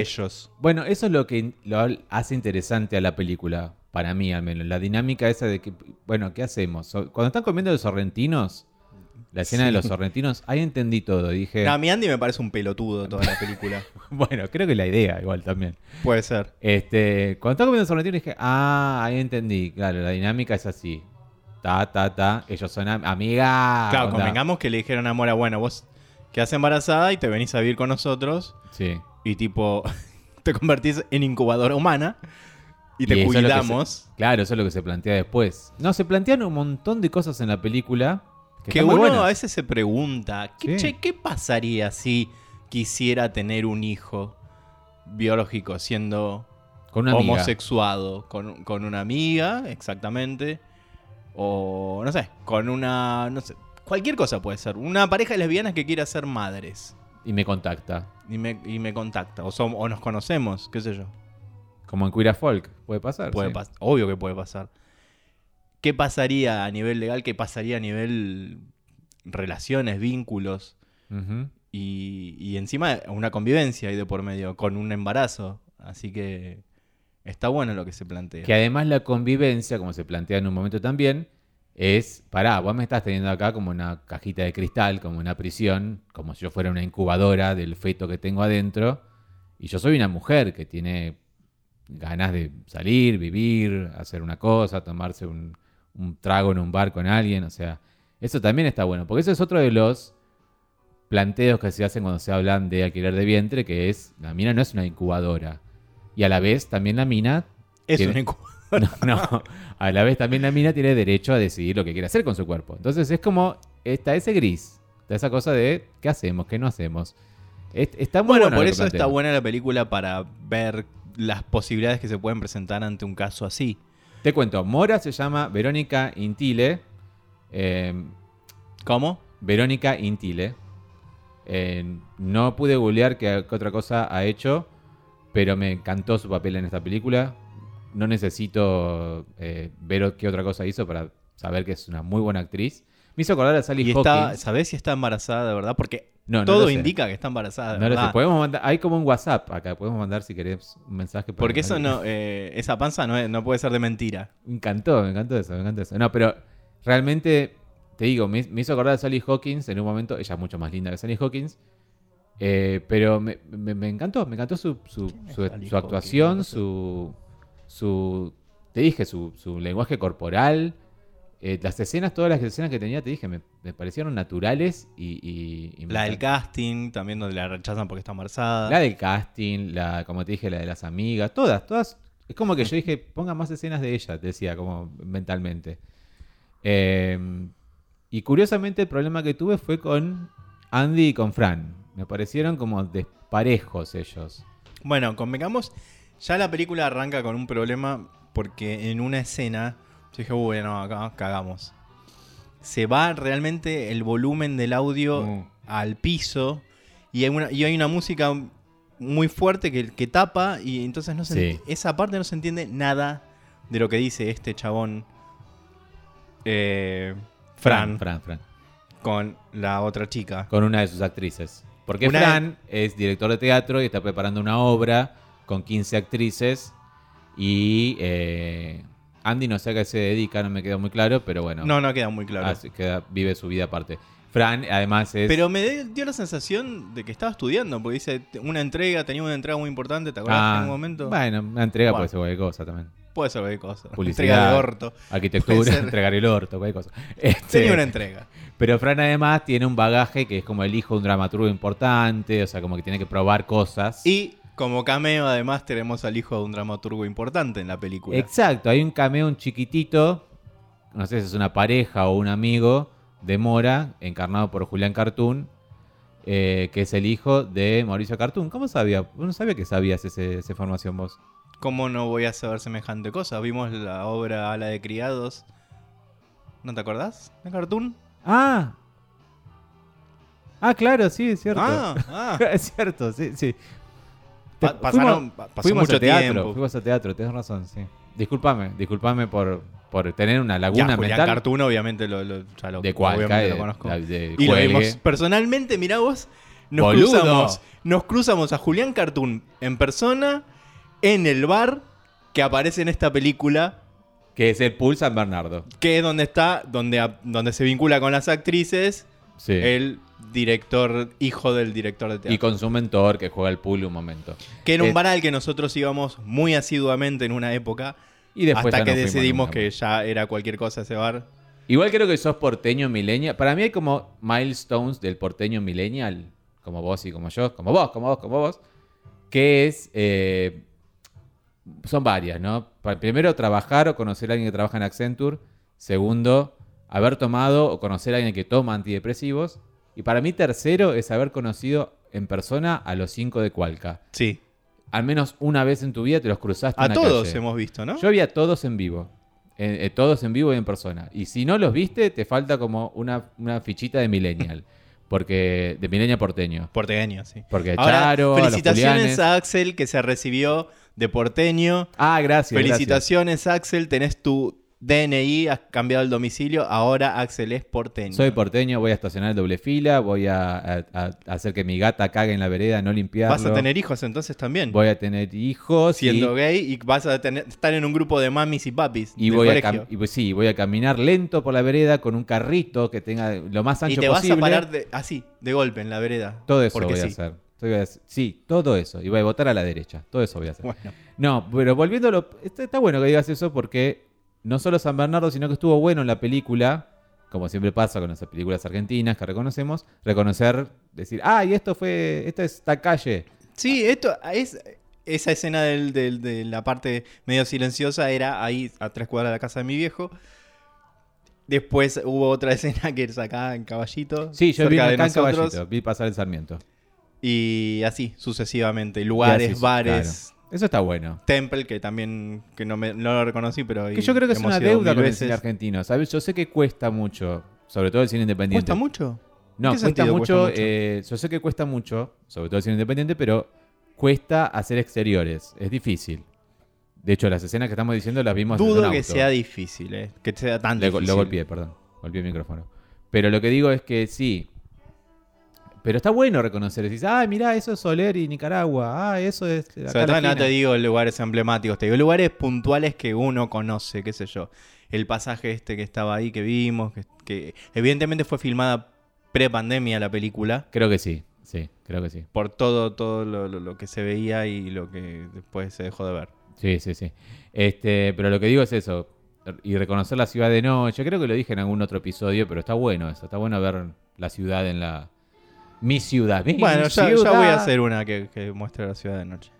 S1: Ese-
S2: ellos.
S1: Bueno, eso es lo que lo hace interesante a la película, para mí al menos. La dinámica esa de que, bueno, ¿qué hacemos? So- Cuando están comiendo los sorrentinos, la escena de los sorrentinos, ahí entendí todo. Dije,
S2: No, a mí Andy me parece un pelotudo toda la película.
S1: bueno, creo que la idea igual también.
S2: Puede ser.
S1: Este, cuando estaba comiendo el sorrentino dije, ah, ahí entendí. Claro, la dinámica es así. Ta, ta, ta. Ellos son am- amigas.
S2: claro,
S1: onda.
S2: convengamos que le dijeron a Mora, bueno, vos quedás embarazada y te venís a vivir con nosotros
S1: Sí.
S2: y tipo te convertís en incubadora humana y te
S1: Y eso es lo que se-
S2: cuidamos.
S1: Claro, eso es lo que se plantea después. No, se plantean un montón de cosas en la película. Que,
S2: Que,
S1: están muy
S2: uno
S1: buenas.
S2: a veces se pregunta, ¿qué,
S1: Sí.
S2: che, ¿qué pasaría si quisiera tener un hijo biológico siendo
S1: Con una amiga.
S2: homosexuado con, con una amiga, exactamente. O no sé, con una. No sé, cualquier cosa puede ser. Una pareja de lesbianas que quiera ser madres
S1: Y me contacta.
S2: y me, y me contacta. O, som- o nos conocemos, qué sé yo.
S1: Como en Queer as Folk. Puede pasar.
S2: Puede
S1: Ah, sí.
S2: pas- Obvio que puede pasar. ¿Qué pasaría a nivel legal? ¿Qué pasaría a nivel relaciones, vínculos?
S1: Ujú.
S2: Y, y encima una convivencia ahí de por medio, con un embarazo. Así que está bueno lo que se plantea.
S1: Que además la convivencia, como se plantea en un momento también, es, pará, vos me estás teniendo acá como una cajita de cristal, como una prisión, como si yo fuera una incubadora del feto que tengo adentro, y yo soy una mujer que tiene ganas de salir, vivir, hacer una cosa, tomarse un, un trago en un bar con alguien, o sea, eso también está bueno, porque eso es otro de los planteos que se hacen cuando se hablan de alquiler de vientre, que es, la mina no es una incubadora, y a la vez también la mina
S2: es
S1: que-
S2: una incu-
S1: no, no. A la vez también la mina tiene derecho a decidir lo que quiere hacer con su cuerpo. Entonces es como, está ese gris, está esa cosa de qué hacemos, qué no hacemos. Es- está muy
S2: Bueno,
S1: bueno, lo
S2: por
S1: que
S2: eso
S1: plantea.
S2: está buena la película para ver las posibilidades que se pueden presentar ante un caso así.
S1: Te cuento, Mora se llama Verónica Intile. eh,
S2: ¿Cómo?
S1: Verónica Intile. Eh, no pude googlear qué, qué otra cosa ha hecho, pero me encantó su papel en esta película. No necesito eh, ver qué otra cosa hizo para saber que es una muy buena actriz. Me hizo acordar a Sally
S2: Y está,
S1: Hawkins.
S2: ¿Sabés si está embarazada de verdad? Porque
S1: No, no lo
S2: todo
S1: sé.
S2: indica que está embarazada de
S1: No lo sé.
S2: verdad.
S1: Podemos mandar, hay como un WhatsApp acá, podemos mandar si querés un mensaje. para
S2: Porque eso
S1: alguien.
S2: no, eh, esa panza no, es- no puede ser de mentira.
S1: Me encantó, me encantó eso, me encantó eso. No, pero realmente, te digo, me, me hizo acordar a Sally Hawkins en un momento. Ella es mucho más linda que Sally Hawkins. eh, pero me, me- me encantó, me encantó su, su-
S2: ¿Quién es
S1: su-
S2: Sally
S1: su actuación,
S2: Hawkins?
S1: su, su. Te dije, su, su lenguaje corporal. eh, las escenas, todas las escenas que tenía, te dije, me, me parecieron naturales y. y- y me
S2: La del
S1: encantó.
S2: casting, también donde la rechazan porque está embarazada.
S1: La del casting, la, como te dije, la de las amigas, todas, todas. Es como que yo dije, ponga más escenas de ella, te decía, como mentalmente. Eh, y curiosamente el problema que tuve fue con Andy y con Fran. Me parecieron como desparejos ellos.
S2: Bueno, convengamos, ya la película arranca con un problema porque en una escena, yo dije, bueno, acá cagamos. Se va realmente el volumen del audio
S1: Mm.
S2: al piso y hay una, y hay una música muy fuerte que, que tapa y entonces no se
S1: Sí.
S2: ent- esa parte no se entiende nada de lo que dice este chabón eh, Fran,
S1: Fran, Fran.
S2: con la otra chica.
S1: Con una de sus actrices. Porque
S2: Una-
S1: Fran es director de teatro y está preparando una obra con 15 actrices. Y eh, Andy no sé a qué se dedica, no Ah, me quedó muy claro, pero bueno.
S2: No, no queda muy claro.
S1: Así que vive su vida aparte. Fran, además, es.
S2: Pero me de- dio la sensación de que estaba estudiando, porque dice "Te- una entrega, tenía una entrega muy importante, ¿te acordás
S1: Ah,
S2: en un momento?
S1: Bueno, una entrega
S2: Bueno.
S1: puede ser cualquier cosa también.
S2: Puede ser cualquier cosa.
S1: Publicidad.
S2: Entrega de orto. Puede
S1: Arquitectura,
S2: ser.
S1: entregar el orto, cualquier cosa. Este,
S2: Tenía una entrega.
S1: Pero Fran, además, tiene un bagaje que es como el hijo de un dramaturgo importante, o sea, como que tiene que probar cosas.
S2: Y como cameo, además, tenemos al hijo de un dramaturgo importante en la película.
S1: Exacto, hay un cameo, un chiquitito, no sé si es una pareja o un amigo, de Mora, encarnado por Julián Cartoon, eh, que es el hijo de Mauricio Cartoon. ¿Cómo sabía? No sabía que sabías ese- esa información vos.
S2: ¿Cómo no voy a saber semejante cosa? Vimos la obra Ala de Criados. ¿No te acordás? ¿De Cartoon?
S1: Ah. Ah, claro, sí, es cierto.
S2: Ah, ah.
S1: es cierto, sí, sí.
S2: Pa-
S1: Te-
S2: pasaron, pa- pasó
S1: fuimos
S2: mucho
S1: a teatro,
S2: tiempo.
S1: fuimos a teatro, tenés razón, sí. Disculpame, disculpame por, por tener una laguna
S2: ya, Julián
S1: mental
S2: Cartoon, obviamente, lo, lo, ya lo-
S1: de cuál
S2: obviamente
S1: cae,
S2: lo conozco.
S1: la- de
S2: y lo
S1: Cuelgue.
S2: vimos personalmente, mirá vos, nos
S1: Boludo.
S2: cruzamos. Nos cruzamos a Julián Cartoon en persona en el bar que aparece en esta película,
S1: que es el Pool San Bernardo.
S2: que es donde está, donde, a- donde se vincula con las actrices,
S1: Sí.
S2: el director, hijo del director de teatro.
S1: y con su mentor que juega el pool un momento.
S2: Que era un
S1: Eh,
S2: bar al que nosotros íbamos muy asiduamente en una época.
S1: Y después
S2: hasta
S1: ya
S2: que
S1: no fuimos
S2: decidimos
S1: nunca
S2: que
S1: más.
S2: ya era cualquier cosa ese bar.
S1: Igual creo que sos porteño millennial. Para mí hay como milestones del porteño millennial, como vos y como yo, como vos, como vos, como vos, que es... eh, son varias, ¿no? Pa- Primero, trabajar o conocer a alguien que trabaja en Accenture. Segundo, haber tomado o conocer a alguien que toma antidepresivos. Y para mí tercero es haber conocido en persona a los cinco de Cualca.
S2: Sí.
S1: Al menos una vez en tu vida te los cruzaste
S2: A
S1: en la
S2: todos
S1: calle.
S2: hemos visto, ¿no?
S1: Yo vi a todos en vivo. Eh, eh, todos en vivo y en persona. Y si no los viste, te falta como una, una fichita de Millennial. Porque. de Millennial porteño.
S2: Porteño, sí.
S1: Porque
S2: Ahora,
S1: Charo, a los
S2: felicitaciones
S1: Julianes-
S2: a, Axel que se recibió de porteño.
S1: Ah, gracias. gracias.
S2: felicitaciones, Axel. Tenés tu DNI, has cambiado el domicilio. Ahora Axel es porteño.
S1: Soy porteño, voy a estacionar el doble fila, voy a, a- a hacer que mi gata cague en la vereda, no limpiarlo.
S2: Vas a tener hijos entonces también.
S1: Voy a tener hijos. y-
S2: siendo gay y vas a tener- estar en un grupo de mamis y papis.
S1: Y
S2: del
S1: voy, a
S2: colegio.
S1: cam- y pues sí, voy a caminar lento por la vereda con un carrito que tenga lo más
S2: Y
S1: ancho
S2: te
S1: posible.
S2: vas a parar de- así, de golpe, en la vereda.
S1: Todo eso
S2: Porque
S1: voy a
S2: sí.
S1: hacer. Yo voy a hacer- Sí, todo eso. Y voy a votar a la derecha. Todo eso voy a hacer.
S2: Bueno.
S1: No, pero volviéndolo. Está, está bueno que digas eso porque no solo San Bernardo, sino que estuvo bueno en la película, como siempre pasa con las películas argentinas que reconocemos, reconocer, decir, ah, y esto fue, esta es esta calle.
S2: Sí, esto es esa escena del- del- de la parte medio silenciosa era ahí a tres cuadras de la casa de mi viejo. Después hubo otra escena que es acá en Caballito.
S1: Sí, yo vi
S2: cerca de
S1: acá en
S2: nosotros,
S1: Caballito, vi pasar el Sarmiento.
S2: Y así sucesivamente,
S1: Y
S2: lugares,
S1: así,
S2: bares,
S1: claro. Eso está bueno.
S2: Temple que también que no, me, no lo reconocí, pero
S1: Que yo creo que es
S2: hemos
S1: una
S2: ido
S1: deuda con
S2: mil
S1: el
S2: veces.
S1: cine argentino. ¿sabes? Yo sé que cuesta mucho, sobre todo el cine independiente.
S2: ¿Cuesta mucho?
S1: No,
S2: ¿Qué
S1: cuesta
S2: sentido
S1: mucho.
S2: cuesta mucho?
S1: eh, yo sé que cuesta mucho, sobre todo el cine independiente, pero cuesta hacer exteriores. Es difícil. De hecho, las escenas que estamos diciendo las vimos desde
S2: Dudo
S1: un
S2: que
S1: auto.
S2: sea difícil, eh, que sea tan
S1: Le go-
S2: difícil.
S1: Lo golpeé, perdón. Golpeé el micrófono. Pero lo que digo es que sí. Pero está bueno reconocer. Decís, ah, mirá, eso es Soler y Nicaragua. Ah, eso es. acá la
S2: Sobre todo no
S1: esquina".
S2: te digo lugares emblemáticos, te digo lugares puntuales que uno conoce, qué sé yo. El pasaje este que estaba ahí, que vimos, que, que evidentemente fue filmada pre-pandemia la película,
S1: Creo que sí. Sí, creo que sí.
S2: por todo, todo lo, lo- lo que se veía y lo que después se dejó de ver.
S1: Sí, sí, sí. Este, pero lo que digo es eso. Y reconocer la ciudad de noche. Creo que lo dije en algún otro episodio, pero está bueno eso. Está bueno ver la ciudad en la. Mi ciudad. mi
S2: Bueno, ya, ya
S1: ciudad.
S2: voy a hacer una que, que muestre la ciudad de noche.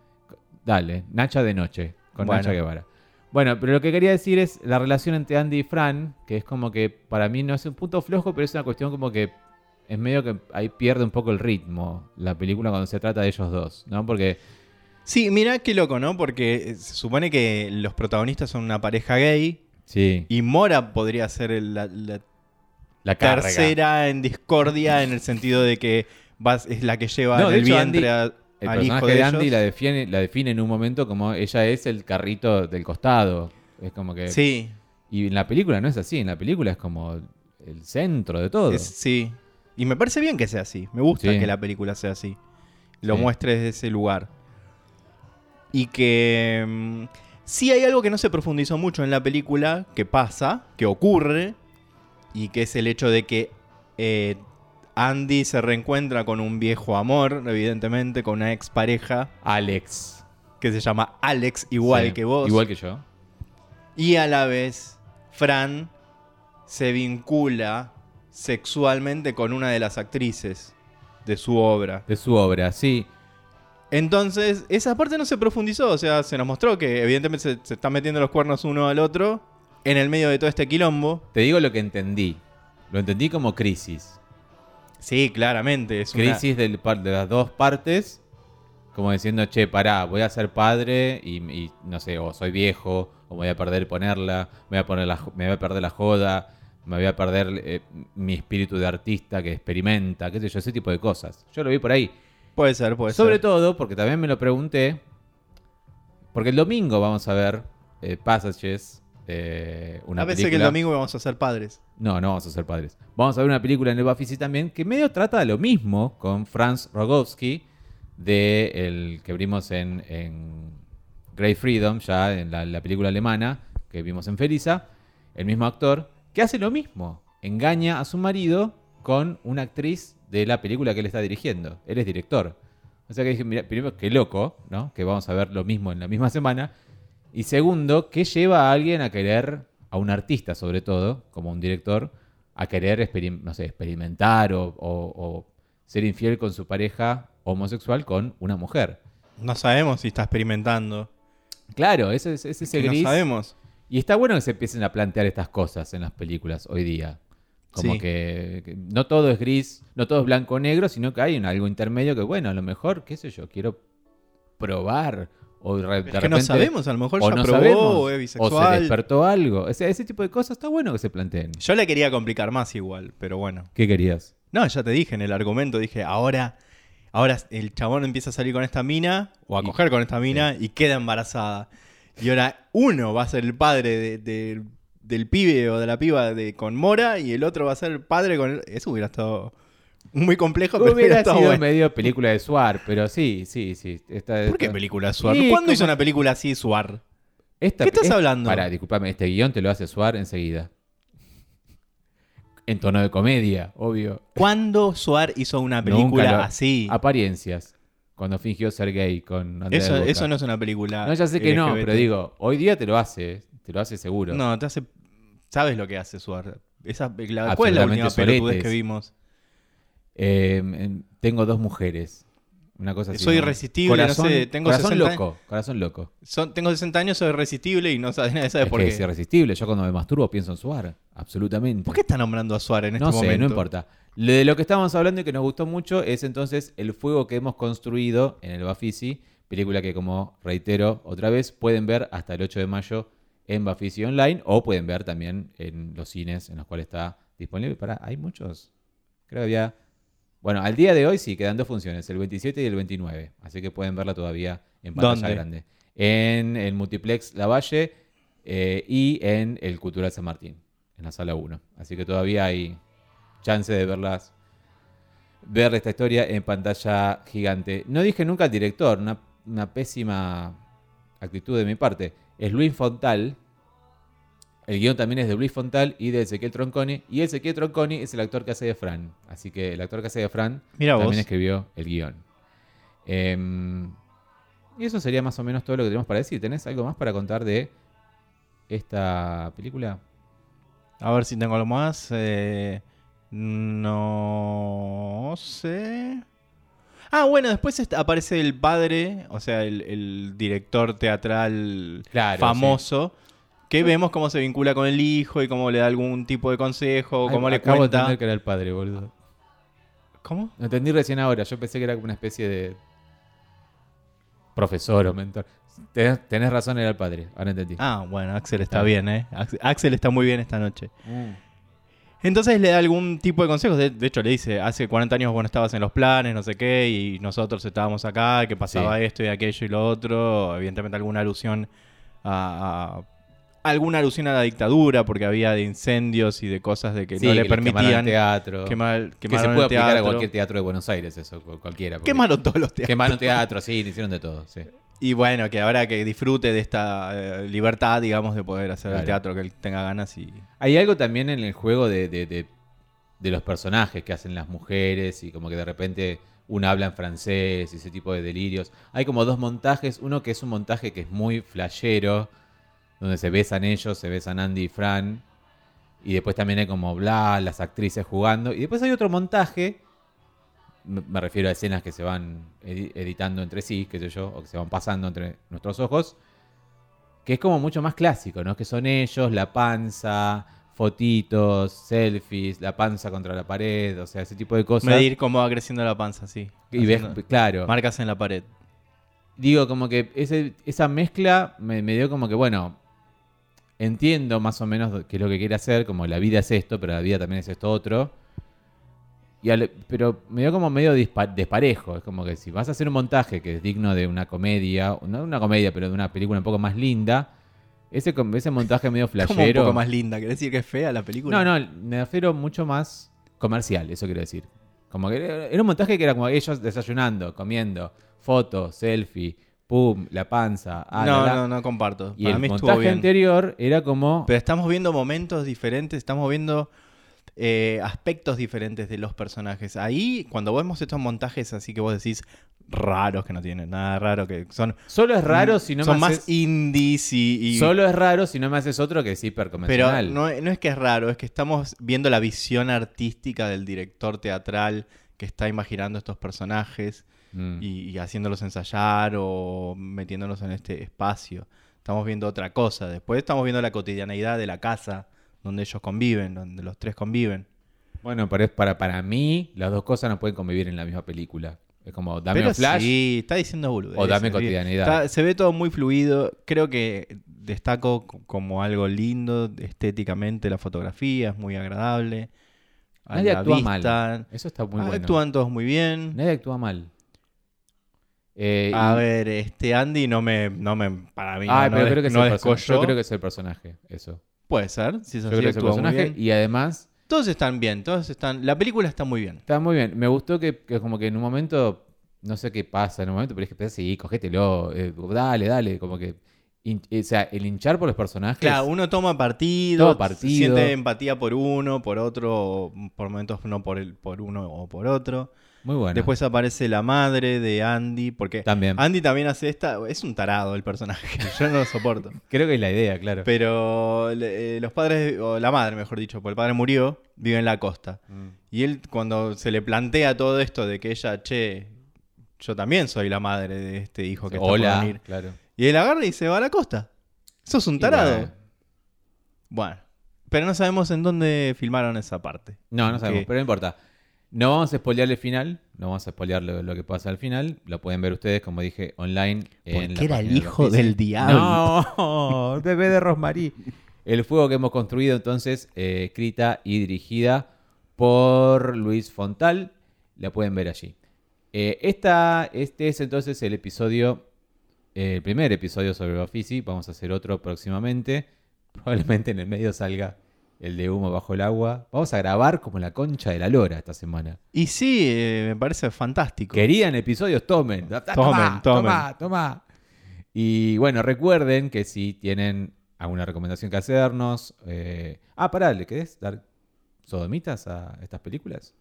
S1: Dale, Nacha de noche, con
S2: Bueno.
S1: Nacha Guevara. Bueno, pero lo que quería decir es la relación entre Andy y Fran, que es como que para mí no es un punto flojo, pero es una cuestión como que es medio que ahí pierde un poco el ritmo la película cuando se trata de ellos dos, ¿no? Porque
S2: Sí, mira qué loco, ¿no? Porque eh, se supone que los protagonistas son una pareja gay
S1: sí,
S2: y Mora podría ser el- la- la
S1: la carga.
S2: tercera en discordia en el sentido de que vas, es la que lleva
S1: No,
S2: en
S1: de
S2: el
S1: hecho,
S2: vientre a-
S1: El
S2: al hijo
S1: personaje
S2: de,
S1: de Andy
S2: ellos.
S1: la define, la define en un momento como ella es el carrito del costado. Es como que.
S2: Sí,
S1: Y en la película no es así. En la película es como el centro de todo.
S2: es- sí. Y me parece bien que sea así. Me gusta
S1: Sí.
S2: que la película sea así. Lo
S1: Sí.
S2: muestre desde ese lugar. Y que. mm, sí, hay algo que no se profundizó mucho en la película, que pasa, que ocurre, y que es el hecho de que eh, Andy se reencuentra con un viejo amor, evidentemente, con una expareja
S1: Alex.
S2: que se llama Alex, igual
S1: Sí,
S2: que vos.
S1: Igual que yo.
S2: Y a la vez, Fran se vincula sexualmente con una de las actrices de su obra.
S1: De su obra, sí.
S2: Entonces, esa parte no se profundizó, o sea, se nos mostró que evidentemente se, se están metiendo los cuernos uno al otro en el medio de todo este quilombo.
S1: Te digo lo que entendí. Lo entendí como crisis.
S2: Sí, claramente. Es una-
S1: crisis del par- de las dos partes, como diciendo, che, pará, voy a ser padre y, y no sé, o soy viejo, o me voy a perder ponerla, me voy a, poner la jo- me voy a perder la joda, me voy a perder eh, mi espíritu de artista que experimenta, qué sé yo, ese tipo de cosas. Yo lo vi por ahí.
S2: Puede ser, puede
S1: Sobre
S2: ser.
S1: todo, porque también me lo pregunté, porque el domingo vamos a ver eh, Passages, eh, una
S2: a veces que el
S1: película-
S2: domingo vamos a ser padres.
S1: no, no vamos a ser padres. Vamos a ver una película en el Bafisi también que medio trata de lo mismo con Franz Rogowski, de el que vimos en, en Great Freedom, ya en la, la película alemana que vimos en Felisa, el mismo actor, que hace lo mismo. Engaña a su marido con una actriz de la película que él está dirigiendo. Él es director. O sea que dije, mira, primero, qué loco, ¿no? Que vamos a ver lo mismo en la misma semana. Y segundo, ¿qué lleva a alguien a querer, a un artista sobre todo, como un director, a querer experim- no sé, experimentar o, o- o ser infiel con su pareja homosexual con una mujer?
S2: No sabemos si está experimentando.
S1: Claro, ese es ese es el
S2: Que
S1: gris.
S2: No sabemos.
S1: Y está bueno que se empiecen a plantear estas cosas en las películas hoy día. Como
S2: Sí.
S1: que, que no todo es gris, no todo es blanco o negro, sino que hay un, algo intermedio que, bueno, a lo mejor, qué sé yo, quiero probar. O de re- de
S2: Es que no
S1: repente-
S2: sabemos, a lo mejor
S1: o
S2: ya
S1: no
S2: probó
S1: sabemos,
S2: o es
S1: o se
S2: bisexual.
S1: despertó algo. O sea, ese tipo de cosas está bueno que se planteen.
S2: Yo le quería complicar más igual, pero bueno.
S1: ¿Qué querías?
S2: No, ya te dije en el argumento, dije, ahora, ahora el chabón empieza a salir con esta mina, o a
S1: Y-
S2: coger con esta mina, y queda embarazada. Y ahora uno va a ser el padre de- de- del pibe o de la piba de, con Mora, y el otro va a ser el padre con... Eso hubiera estado muy complejo, pero hubiera
S1: Hubiera
S2: estado
S1: sido
S2: bueno.
S1: medio película de Suar, pero sí, sí, sí. Esta,
S2: ¿Por qué
S1: esta-
S2: película Suar?
S1: Sí,
S2: ¿Cuándo
S1: como-
S2: hizo una película así Suar?
S1: esta-
S2: ¿Qué estás
S1: es-
S2: hablando?
S1: Pará, discúlpame, este guión te lo hace Suar enseguida. En tono de comedia, obvio.
S2: ¿Cuándo Suar hizo una
S1: Nunca
S2: película
S1: lo-
S2: así?
S1: Apariencias. Cuando fingió ser gay con Andrea
S2: Eso,
S1: del Boca.
S2: eso no es una película.
S1: No, ya sé que no,
S2: LGBT.
S1: pero digo, hoy día te lo hace, te lo hace seguro.
S2: No, te hace. Sabes lo que hace Suar. Esa, la, ¿Cuál es la
S1: Absolutamente
S2: última pelotudez
S1: soletes.
S2: que vimos?
S1: Eh, en- tengo dos mujeres. Una cosa así.
S2: Soy
S1: ¿no?
S2: irresistible, no sé, tengo
S1: corazón
S2: 60
S1: loco, corazón loco.
S2: Son- tengo 60 años, soy irresistible y no sabes nada
S1: Es
S2: ¿sabes por
S1: que
S2: qué.
S1: es irresistible. Yo cuando me masturbo pienso en Suar. Absolutamente.
S2: ¿Por qué está nombrando a Suar en este
S1: no sé,
S2: momento?
S1: no importa. Lo De lo que estábamos hablando y que nos gustó mucho es entonces el fuego que hemos construido en el Bafisi, película que como reitero otra vez, pueden ver hasta el 8 de mayo en Bafisi Online o pueden ver también en los cines en los cuales está disponible. Para, hay muchos. Creo que había... Bueno, al día de hoy sí, quedan dos funciones, el 27 y el 29, así que pueden verla todavía en pantalla
S2: ¿Dónde?
S1: grande. En el Multiplex Lavalle eh, y en el Cultural San Martín, en la sala 1. Así que todavía hay chance de verlas, ver esta historia en pantalla gigante. No dije nunca al director, una, una pésima actitud de mi parte. Es Luis Fontal. El guión también es de Luis Fontal y de Ezequiel Tronconi. Y Ezequiel Tronconi es el actor que hace de Fran. Así que el actor que hace de Fran
S2: Mira vos.
S1: también escribió el guión. Em, y eso sería más o menos todo lo que tenemos para decir. ¿Tenés algo más para contar de esta película?
S2: A ver si tengo algo más. eh, no sé. Ah, bueno, después est- aparece el padre, o sea, el, el director teatral
S1: Claro, Ah.
S2: famoso, que vemos cómo se vincula con el hijo y cómo le da algún tipo de consejo, cómo
S1: Ay,
S2: le
S1: acabo de
S2: cuenta.
S1: entender que era el padre, boludo.
S2: ¿Cómo?
S1: Lo entendí recién ahora. Yo pensé que era como una especie de profesor o mentor. Tenés, tenés razón, era el padre. Ahora entendí.
S2: Ah, bueno, Axel
S1: Está
S2: está bien, ¿eh? Ax- Axel está muy bien esta noche.
S1: Mm.
S2: Entonces le da algún tipo de consejos. De, de hecho, le dice: Hace 40 años vos no estabas en los planes, no sé qué, y nosotros estábamos acá, que pasaba
S1: Sí.
S2: esto y aquello y lo otro. Evidentemente, alguna alusión a. a- alguna alusión a la dictadura, porque había de incendios y de cosas de que
S1: Sí,
S2: no le
S1: que quemaron el
S2: permitían
S1: teatro.
S2: quemar,
S1: que
S2: quemaron
S1: se
S2: el
S1: puede aplicar a
S2: teatro.
S1: cualquier teatro de Buenos Aires, eso, cu- cualquiera. porque
S2: Quemaron todos los teatros.
S1: Quemaron teatro, sí, le hicieron de todo. sí.
S2: Y bueno, que ahora que disfrute de esta eh, libertad, digamos, de poder hacer el
S1: Claro.
S2: teatro que él tenga ganas y.
S1: Hay algo también en el juego de, de- de- de los personajes que hacen las mujeres y como que de repente una habla en francés y ese tipo de delirios. Hay como dos montajes, uno que es un montaje que es muy flashero, donde se besan ellos, se besan Andy y Fran, y después también hay como bla, las actrices jugando, y después hay otro montaje, me me refiero a escenas que se van edi- editando entre sí, qué sé yo, o que se van pasando entre nuestros ojos, que es como mucho más clásico, ¿no? Que son ellos, la panza, fotitos, selfies, la panza contra la pared, o sea, ese tipo de cosas.
S2: Medir cómo va creciendo la panza, sí.
S1: y ves,
S2: Haciendo
S1: claro.
S2: Marcas en la pared.
S1: Digo, como que ese- esa mezcla me, me dio como que, bueno, entiendo más o menos qué es lo que quiere hacer, como la vida es esto, pero la vida también es esto otro. Y al- pero me dio como medio dispa- desparejo. Es como que si vas a hacer un montaje que es digno de una comedia, no de una comedia, pero de una película un poco más linda, ese, com- ese montaje medio
S2: Como
S1: flashero.
S2: un poco más linda. ¿Querés decir que es fea la película?
S1: No, no, me refiero mucho más comercial, eso quiero decir. Como que era era un montaje que era como ellos desayunando, comiendo, foto, selfie, pum, la panza, ah, la,
S2: no,
S1: la.
S2: no, no comparto.
S1: Y
S2: Para
S1: el
S2: mí estuvo
S1: montaje
S2: bien.
S1: anterior era como
S2: Pero estamos viendo momentos diferentes, estamos viendo eh, aspectos diferentes de los personajes. Ahí, cuando vemos estos montajes así que vos decís raros, que no tienen nada raro, que son,
S1: solo es raro si no
S2: son
S1: me
S2: más
S1: haces,
S2: indies y... y-
S1: solo es raro si no me haces otro que es
S2: pero
S1: hiperconvencional.
S2: no, no es que es raro, es que estamos viendo la visión artística del director teatral que está imaginando estos personajes
S1: Mm.
S2: y, y haciéndolos ensayar o metiéndolos en este espacio. Estamos viendo otra cosa. Después estamos viendo la cotidianeidad de la casa donde ellos conviven, donde los tres conviven.
S1: Bueno, pero es para, para mí las dos cosas no pueden convivir en la misma película. Es como dame
S2: Pero
S1: un flash.
S2: sí, está diciendo boludeces.
S1: o dame
S2: bien.
S1: cotidianidad.
S2: Está- se ve todo muy fluido. Creo que destaco co- como algo lindo estéticamente la fotografía, es muy agradable. A
S1: Nadie
S2: la
S1: actúa
S2: vista.
S1: mal. Eso está muy
S2: Ah,
S1: bueno.
S2: Actúan todos muy bien.
S1: Nadie actúa mal. Eh,
S2: A
S1: y-
S2: ver, este Andy no me, no me, para mí
S1: Ah,
S2: no,
S1: pero
S2: no
S1: creo que
S2: des-
S1: es
S2: no
S1: el personaje.
S2: descolló.
S1: Yo creo que es el personaje, eso.
S2: Puede ser, si es
S1: Yo
S2: así,
S1: creo que es el
S2: actúa muy
S1: personaje.
S2: bien.
S1: Y además,
S2: Todos están bien, todos están. La película está muy bien.
S1: está muy bien. Me gustó que, que como que en un momento, no sé qué pasa en un momento, pero es que pensé, sí, cogételo, eh, dale, dale. Como que, hin- eh, o sea, el hinchar por los personajes.
S2: Claro, uno toma partido,
S1: Toma partido.
S2: siente empatía por uno, por otro, por momentos no por el, por uno o por otro.
S1: muy bueno.
S2: Después aparece la madre de Andy, porque
S1: También.
S2: Andy también hace esta. Es un tarado el personaje, yo no lo soporto.
S1: Creo que es la idea, claro.
S2: Pero eh, los padres, o la madre mejor dicho, porque el padre murió, vive en la costa.
S1: Mm.
S2: Y él cuando se le plantea todo esto de que ella, che, yo también soy la madre de este hijo que está por
S1: Hola.
S2: venir.
S1: Claro.
S2: Y él agarra y se va a la costa. Sos un tarado.
S1: Igual.
S2: Bueno. Pero no sabemos en dónde filmaron esa parte.
S1: No, no sabemos,
S2: Que-
S1: pero no importa. No vamos a spoilear el final, no vamos a spoilear lo, lo que pasa al final. Lo pueden ver ustedes, como dije, online. en la
S2: Porque era
S1: página
S2: el
S1: de
S2: hijo
S1: Bafisi.
S2: del diablo.
S1: No, bebé de Rosmarí. El fuego que hemos construido entonces, eh, escrita y dirigida por Luis Fontal, la pueden ver allí. Eh, esta, este es entonces el episodio, eh, el primer episodio sobre Bafisi. Vamos a hacer otro próximamente. Probablemente en el medio salga el de humo bajo el agua. Vamos a grabar como la concha de la lora esta semana.
S2: Y sí, eh, me parece fantástico.
S1: Querían episodios, tomen. Tomá,
S2: Tomen, Ah, tomen.
S1: Tomá, tomá. Y bueno, recuerden que si tienen alguna recomendación que hacernos. eh, Ah, pará, ¿le querés dar sodomitas a estas películas?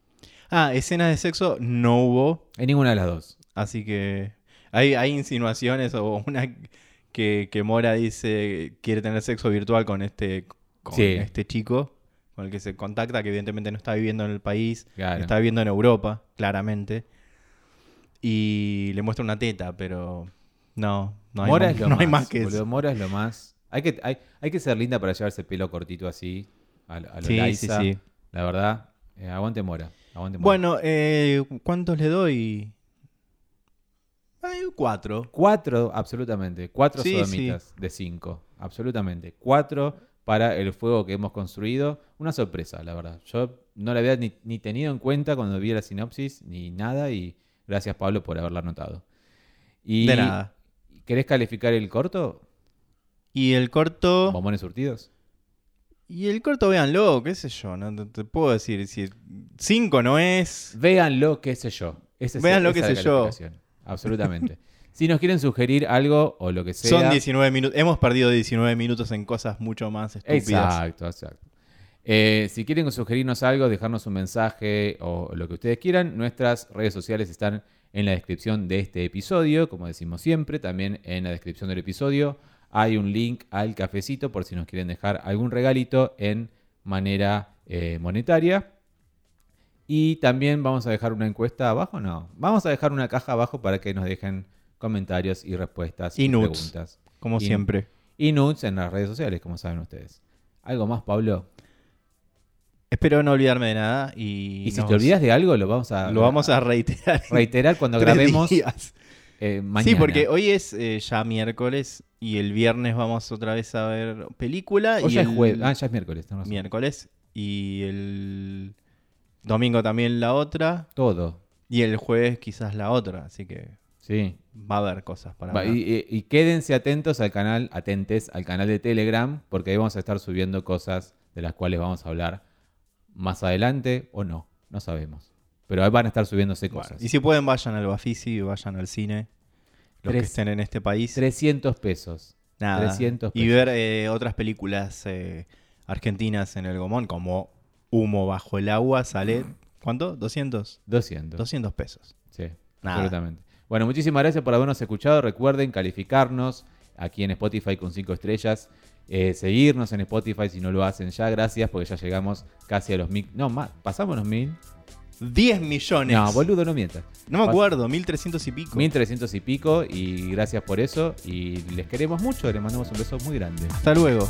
S2: Ah, escenas de sexo no hubo.
S1: En ninguna de las dos.
S2: Así que hay, hay insinuaciones o una que, que Mora dice quiere tener sexo virtual con este, con
S1: Sí.
S2: este chico con el que se contacta, que evidentemente no está viviendo en el país,
S1: Claro.
S2: está viviendo en Europa, claramente. Y le muestra una teta, pero no, no hay,
S1: Mora
S2: más,
S1: es lo
S2: no
S1: más.
S2: hay más que eso.
S1: boludo, Mora es lo más. Hay que, hay, hay que ser linda para llevarse el pelo cortito así. A, lo- a lo
S2: Sí,
S1: Liza.
S2: sí, sí.
S1: La verdad. eh, aguante Mora. Aguante Mora.
S2: Bueno, eh, ¿cuántos le doy? Ay, cuatro.
S1: Cuatro, absolutamente. Cuatro
S2: Sí,
S1: sodomitas de cinco. Absolutamente. Cuatro para el fuego que hemos construido. Una sorpresa, la verdad. Yo no la había ni, ni tenido en cuenta cuando vi la sinopsis, ni nada. Y gracias, Pablo, por haberla anotado. Y,
S2: De nada.
S1: ¿Querés calificar el corto?
S2: Y el corto.
S1: ¿Bombones surtidos?
S2: Y el corto, véanlo, qué sé yo, no te, te puedo decir si cinco no es.
S1: Véanlo, qué sé yo. Ese es-
S2: Véanlo,
S1: esa
S2: qué
S1: es la
S2: sé yo.
S1: calificación. Absolutamente. si nos quieren sugerir algo o lo que sea.
S2: Son 19 minutos. Hemos perdido 19 minutos en cosas mucho más estúpidas.
S1: Exacto, exacto. Eh, si quieren sugerirnos algo, dejarnos un mensaje o lo que ustedes quieran, nuestras redes sociales están en la descripción de este episodio, como decimos siempre, también en la descripción del episodio hay un link al cafecito por si nos quieren dejar algún regalito en manera eh, monetaria. Y también vamos a dejar una encuesta abajo, no, vamos a dejar una caja abajo para que nos dejen comentarios y respuestas y,
S2: Y nudes.
S1: preguntas
S2: Como
S1: Y-
S2: siempre.
S1: y nudes en las redes sociales, como saben ustedes. ¿Algo más, Pablo?
S2: Espero no olvidarme de nada y.
S1: Y si
S2: nos-
S1: te olvidas de algo, lo vamos a,
S2: Lo vamos a reiterar. en
S1: reiterar cuando
S2: tres
S1: grabemos
S2: días.
S1: eh, mañana.
S2: Sí, porque hoy es eh, ya miércoles y el viernes vamos otra vez a ver película.
S1: Hoy
S2: y
S1: ya es
S2: el
S1: jueves. Ah, ya es miércoles. tenés razón.
S2: Miércoles. Y el domingo también la otra.
S1: Todo.
S2: Y el jueves quizás la otra. Así que
S1: Sí.
S2: va a haber cosas para
S1: Va,
S2: ver.
S1: y, y- y quédense atentos al canal, atentes al canal de Telegram, porque ahí vamos a estar subiendo cosas de las cuales vamos a hablar más adelante o no, no sabemos. Pero ahí van a estar subiéndose cosas.
S2: Y si pueden, vayan al Bafisi, vayan al cine. Los que
S1: Tres-
S2: estén en este país.
S1: 300 pesos.
S2: Nada.
S1: 300
S2: y
S1: pesos.
S2: ver eh, otras películas eh, argentinas en el Gomón, como Humo bajo el agua, sale. ¿Cuánto? ¿200?
S1: 200.
S2: 200 pesos.
S1: Sí,
S2: Nada.
S1: absolutamente. Bueno, muchísimas gracias por habernos escuchado. Recuerden calificarnos aquí en Spotify con 5 estrellas. eh, seguirnos en Spotify si no lo hacen ya. Gracias porque ya llegamos casi a los mil. No, más. Pasamos los mil.
S2: 10 millones.
S1: No, boludo, no mientas.
S2: No me
S1: Pas-
S2: acuerdo, 1300 y pico.
S1: 1300 y pico. Y gracias por eso. Y les queremos mucho. Les mandamos un beso muy grande.
S2: Hasta luego.